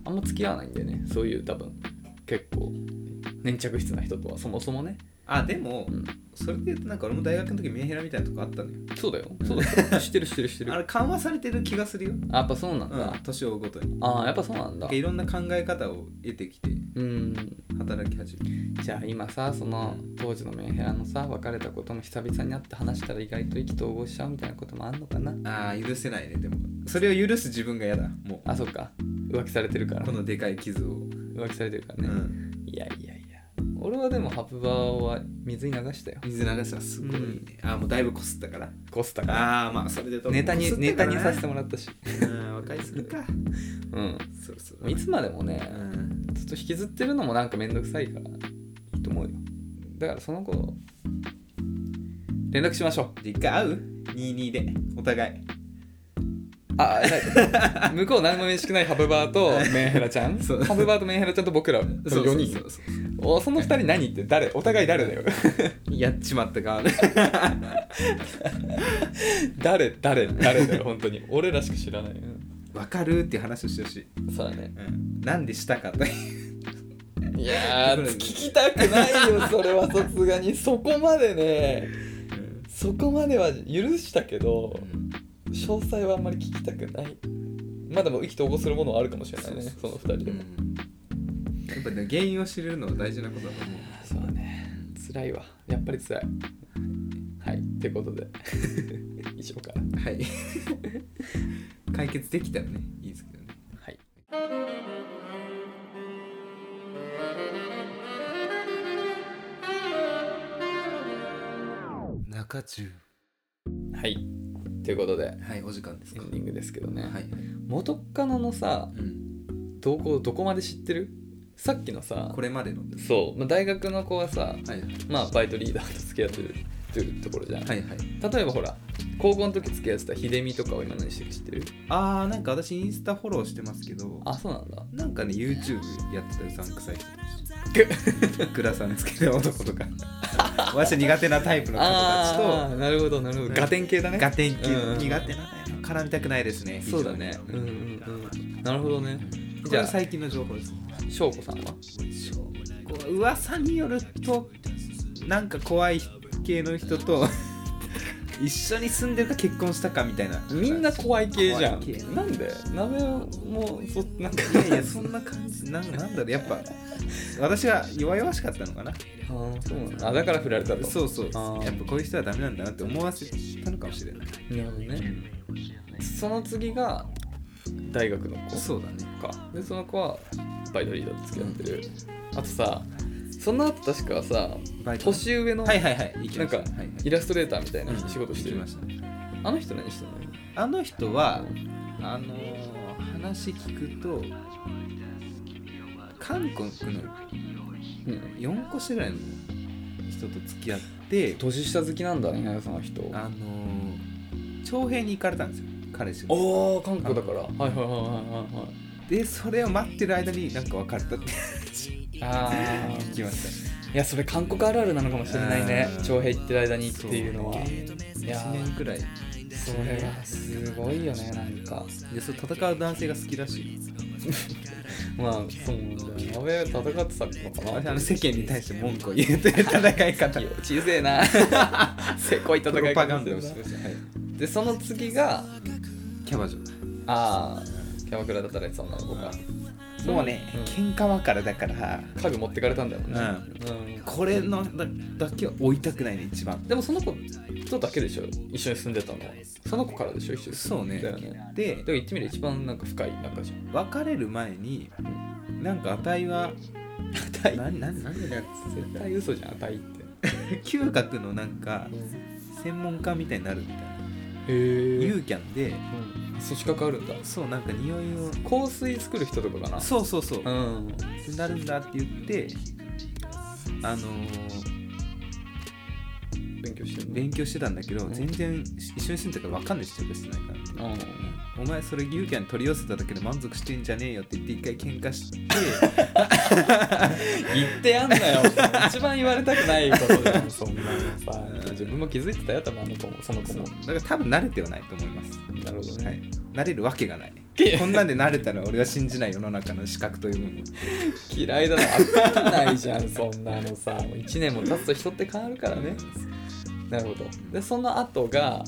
Speaker 2: あんま付き合わないんだよねそういう多分結構粘着質な人とはそもそもね、
Speaker 1: あでも、
Speaker 2: うん、
Speaker 1: それで言うとなんか俺も大学の時メンヘラみたいなとこあったのよ
Speaker 2: そうだよそうだよ知ってる知ってる知ってる
Speaker 1: あ
Speaker 2: あ
Speaker 1: れ緩和されてる気がするよ、
Speaker 2: やっぱそうなんだ、
Speaker 1: うん、年を追うごとに
Speaker 2: ああやっぱそうなん
Speaker 1: な
Speaker 2: だ
Speaker 1: んかいろんな考え方を得てきて
Speaker 2: うん
Speaker 1: 働き始める
Speaker 2: じゃあ今さその当時のメンヘラのさ別れたことも久々に会って話したら意外と意気投合しちゃうみたいなこともあんのかな
Speaker 1: あー許せないねでもそれを許す自分が嫌だも
Speaker 2: あそっか浮気されてるから
Speaker 1: うこのでかい傷を、
Speaker 2: 浮気されてるから
Speaker 1: う
Speaker 2: ね、
Speaker 1: ん、
Speaker 2: いやいやいや俺はでもハプバーは水に流したよ
Speaker 1: 水流したらすごいね、あーもうだいぶこすったから
Speaker 2: コスタが
Speaker 1: ああまあそれでどうも
Speaker 2: ネタに
Speaker 1: こすっ
Speaker 2: ネ
Speaker 1: た
Speaker 2: タ
Speaker 1: からな
Speaker 2: にさせてもらったし
Speaker 1: うん和解するか
Speaker 2: うん
Speaker 1: そろそろ
Speaker 2: いつまでもね
Speaker 1: うん
Speaker 2: ずっと引きずってるのもなんかめんどくさいからいいと思うよだからその子連絡しましょう
Speaker 1: で一回会う ?22 でお互い
Speaker 2: あなん か向こう何も面識ないハブバーとメンヘラちゃん
Speaker 1: そう
Speaker 2: ハブバーとメンヘラちゃんと僕らその4人
Speaker 1: そうそうそう
Speaker 2: おその2人何って誰お互い誰だよ
Speaker 1: やっちまった か
Speaker 2: 誰誰誰だよ本当に俺らしか知らないよ
Speaker 1: わかるっていう話をしてほしい、
Speaker 2: そうだね
Speaker 1: うん、なんでしたかと
Speaker 2: いやー聞きたくないよそれはさすがにそこまでねそこまでは許したけど詳細はあんまり聞きたくないまあでも意気投合するものはあるかもしれないねその2人でも、
Speaker 1: やっぱね原因を知れるのは大事なことだと思う
Speaker 2: そうだね辛いわやっぱり辛いはいってことで 以上かな
Speaker 1: はい 解決できたらねいいですけどね
Speaker 2: はい
Speaker 1: 中中
Speaker 2: はいということでエ
Speaker 1: はいお時間ですか
Speaker 2: ンディングですけどね、
Speaker 1: はいはい、
Speaker 2: 元カノのさ
Speaker 1: うん、
Speaker 2: 動向どこまで知ってるさっきのさ
Speaker 1: これまでの
Speaker 2: そう、まあ、大学の子はさ
Speaker 1: はいは
Speaker 2: まあバイトリーダーと付き合ってるっていうところじゃん、
Speaker 1: いはい
Speaker 2: 例えばほら高校の時付き合ってた秀美とかを今何してるか知ってる
Speaker 1: ああなんか私インスタフォローしてますけど
Speaker 2: あそうなんだ
Speaker 1: なんかね YouTube やってたうさんくさい人 グラさんつけてる男 とかわし苦手なタイプの
Speaker 2: あ
Speaker 1: 方
Speaker 2: あなるほどなるほど
Speaker 1: ね
Speaker 2: ガテン系だ
Speaker 1: たちと
Speaker 2: ね
Speaker 1: ガテン系
Speaker 2: うん
Speaker 1: 苦手なタイプ絡みたくないですね
Speaker 2: そうだね
Speaker 1: 非
Speaker 2: う
Speaker 1: 常
Speaker 2: んう
Speaker 1: に
Speaker 2: んうんなるほどね
Speaker 1: こ
Speaker 2: じ
Speaker 1: れ
Speaker 2: ゃ
Speaker 1: は
Speaker 2: あ
Speaker 1: 最近の情報です
Speaker 2: 翔子さんは
Speaker 1: こう噂によるとなんか怖い系の人と 一緒に住んでるか結婚したかみたいな
Speaker 2: みんな怖い系じゃ
Speaker 1: 怖い系
Speaker 2: んなんで鍋もそなんか
Speaker 1: いやいやそんな感じなんなんだろうやっぱ私が弱々しかったのかな
Speaker 2: あーそうなんだあだから振られたと
Speaker 1: そうそう
Speaker 2: あー
Speaker 1: やっぱこういう人はダメなんだなって思わせたのかもしれない
Speaker 2: なるほどねその次が大学の子
Speaker 1: そうだね
Speaker 2: かでその子はバイトリーダーと付き合ってる、あとさその後確かさ
Speaker 1: バイト
Speaker 2: 年上の
Speaker 1: はいはいはい行きま
Speaker 2: なん
Speaker 1: したは
Speaker 2: か
Speaker 1: いはい
Speaker 2: イラストレーターみたいな
Speaker 1: うん
Speaker 2: 仕事してる、
Speaker 1: 行きましたね
Speaker 2: あの人何してんの
Speaker 1: あの人はあのー話聞くと韓国の
Speaker 2: うん
Speaker 1: 4個ぐらいの人と付き合って
Speaker 2: 年下好きなんだねその人
Speaker 1: あのー徴兵に行かれたんですよ彼氏が
Speaker 2: おー韓国だからはいはいはいはいはい
Speaker 1: でそれを待ってる間になんか別れたって
Speaker 2: あ
Speaker 1: 聞きまし
Speaker 2: いやそれ韓国あるあるなのかもしれないね
Speaker 1: うん
Speaker 2: 徴兵行ってる間にったていうのは
Speaker 1: 1
Speaker 2: いや
Speaker 1: 年
Speaker 2: ー
Speaker 1: くらい
Speaker 2: それはすごいよねなんか
Speaker 1: でそう戦う男性が好きらしい
Speaker 2: まあそうなんだよ鍋戦ってたのか
Speaker 1: 私
Speaker 2: な
Speaker 1: あの世間に対して文句を言うという戦い方
Speaker 2: 小せえなせこい戦
Speaker 1: プロ
Speaker 2: い
Speaker 1: パ
Speaker 2: 方
Speaker 1: ガン
Speaker 2: して
Speaker 1: ダ
Speaker 2: る
Speaker 1: を
Speaker 2: な
Speaker 1: してました、はい、
Speaker 2: でその次が
Speaker 1: キャバ嬢
Speaker 2: ああキャバクラだったらそんなの子か
Speaker 1: もうね、
Speaker 2: うん
Speaker 1: 喧嘩別れだから
Speaker 2: 家具持ってかれたんだろうねうん
Speaker 1: これのだだけは追いたくないね一番
Speaker 2: でもその子とだけでしょ一緒に住んでたのはその子からでしょ一緒に住んでたよね
Speaker 1: で
Speaker 2: でも言ってみれば一番なんか深い仲じゃん
Speaker 1: 別れる前になんかあたいは
Speaker 2: 大
Speaker 1: 何何何だよ
Speaker 2: 絶対嘘じゃん大って
Speaker 1: 嗅覚のなんか専門家みたいになるみたいな
Speaker 2: え
Speaker 1: ユーキャンで
Speaker 2: そう資格あるんだ
Speaker 1: そうなんか匂いを
Speaker 2: 香水作る人とかかな
Speaker 1: そうそうそう
Speaker 2: うん
Speaker 1: なるんだって言ってあのー
Speaker 2: 勉強してんの
Speaker 1: 勉強してたんだけど
Speaker 2: ん
Speaker 1: 全然し一緒に住んでたから分かんないしよくしてないから
Speaker 2: うん
Speaker 1: お前それユーキャン取り寄せただけで満足してんじゃねえよって言って一回喧嘩して
Speaker 2: 言ってやんなよ 一番言われたくないことじゃんそんなのさ自分も気づいてたよ多分あの子もその子も
Speaker 1: だから多分慣れてはないと思います、
Speaker 2: なるほど
Speaker 1: はい
Speaker 2: ね、
Speaker 1: 慣れるわけがない
Speaker 2: け
Speaker 1: こんなんで慣れたら俺は信じない世の中の資格というもの
Speaker 2: 嫌いだな飽きないじゃんそんなのさもう1年も経つと人って変わるからねなるほどでその後が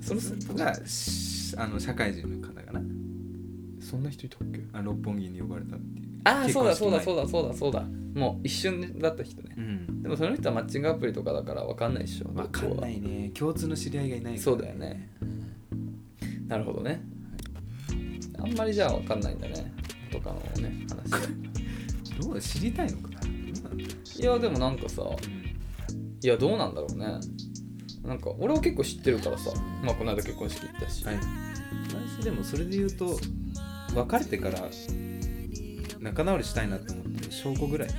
Speaker 2: その
Speaker 1: そこがしあの社会人の方かな
Speaker 2: そんな人いたっけ
Speaker 1: あ六本木に呼ばれたっていう
Speaker 2: ああそうだ
Speaker 1: 結
Speaker 2: そう
Speaker 1: 婚
Speaker 2: だ
Speaker 1: 式前
Speaker 2: そうだそうだそうだもう一瞬だった人ね
Speaker 1: うん
Speaker 2: でもその人はマッチングアプリとかだから分かんないでしょ
Speaker 1: 分かんないね共通の知り合いがいないから、
Speaker 2: そうだよねなるほどねあんまりじゃあ分かんないんだねとかのね話が
Speaker 1: どう知りたいのかなどうなんだろ
Speaker 2: いやでもなんかさ
Speaker 1: う
Speaker 2: いやどうなんだろうねなんか俺は結構知ってるからさまあこの間結婚式行ったし、
Speaker 1: はい私でもそれで言うと別れてから仲直りしたいなと思って証拠ぐらいな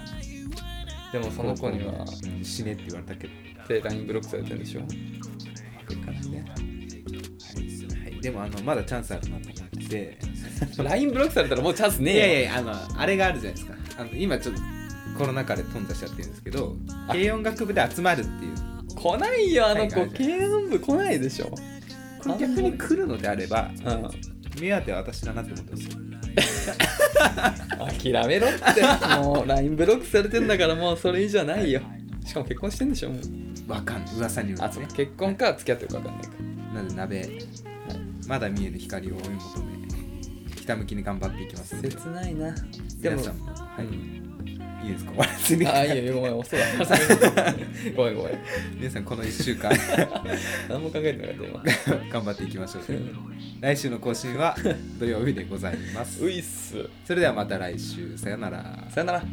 Speaker 2: でもその子には
Speaker 1: うん死ねって言われたけど
Speaker 2: で LINE ブロックされてるんでしょ
Speaker 1: これからねはい、はい、でもあのまだチャンスあるなと思って
Speaker 2: LINE ブロックされたらもうチャンスね
Speaker 1: いや
Speaker 2: えよ
Speaker 1: いやあのあれがあるじゃないですかあの今ちょっとコロナ禍で頓挫しちゃってるんですけど
Speaker 2: あ
Speaker 1: 軽音楽部で集まるっていう
Speaker 2: 来ないよあの
Speaker 1: は
Speaker 2: 子
Speaker 1: いはいはい
Speaker 2: 軽音部来ないでしょ
Speaker 1: これ逆に来るのであれば
Speaker 2: うん
Speaker 1: 目当ては私だなって思ってますよ
Speaker 2: 諦めろ ってもう LINE ブロックされてんだからもうそれ以上はないよしかも結婚してんでしょもう
Speaker 1: わかんない噂によ
Speaker 2: あ
Speaker 1: ると
Speaker 2: そう
Speaker 1: ね
Speaker 2: か結婚か付き合ってるか分かんないか
Speaker 1: なので鍋、まだ見える光を追い求めひたむきに頑張っていきますので
Speaker 2: 切ないなで
Speaker 1: 皆
Speaker 2: も
Speaker 1: さんも、は
Speaker 2: う
Speaker 1: い、いいですか終わらずに
Speaker 2: あいいよごめん遅いわごめんごめん
Speaker 1: 皆さんこの1週間
Speaker 2: 何も考えてなかった今
Speaker 1: 頑張っていきましょうという来週の更新は土曜日でございます
Speaker 2: ういっす
Speaker 1: それではまた来週さよなら
Speaker 2: さよなら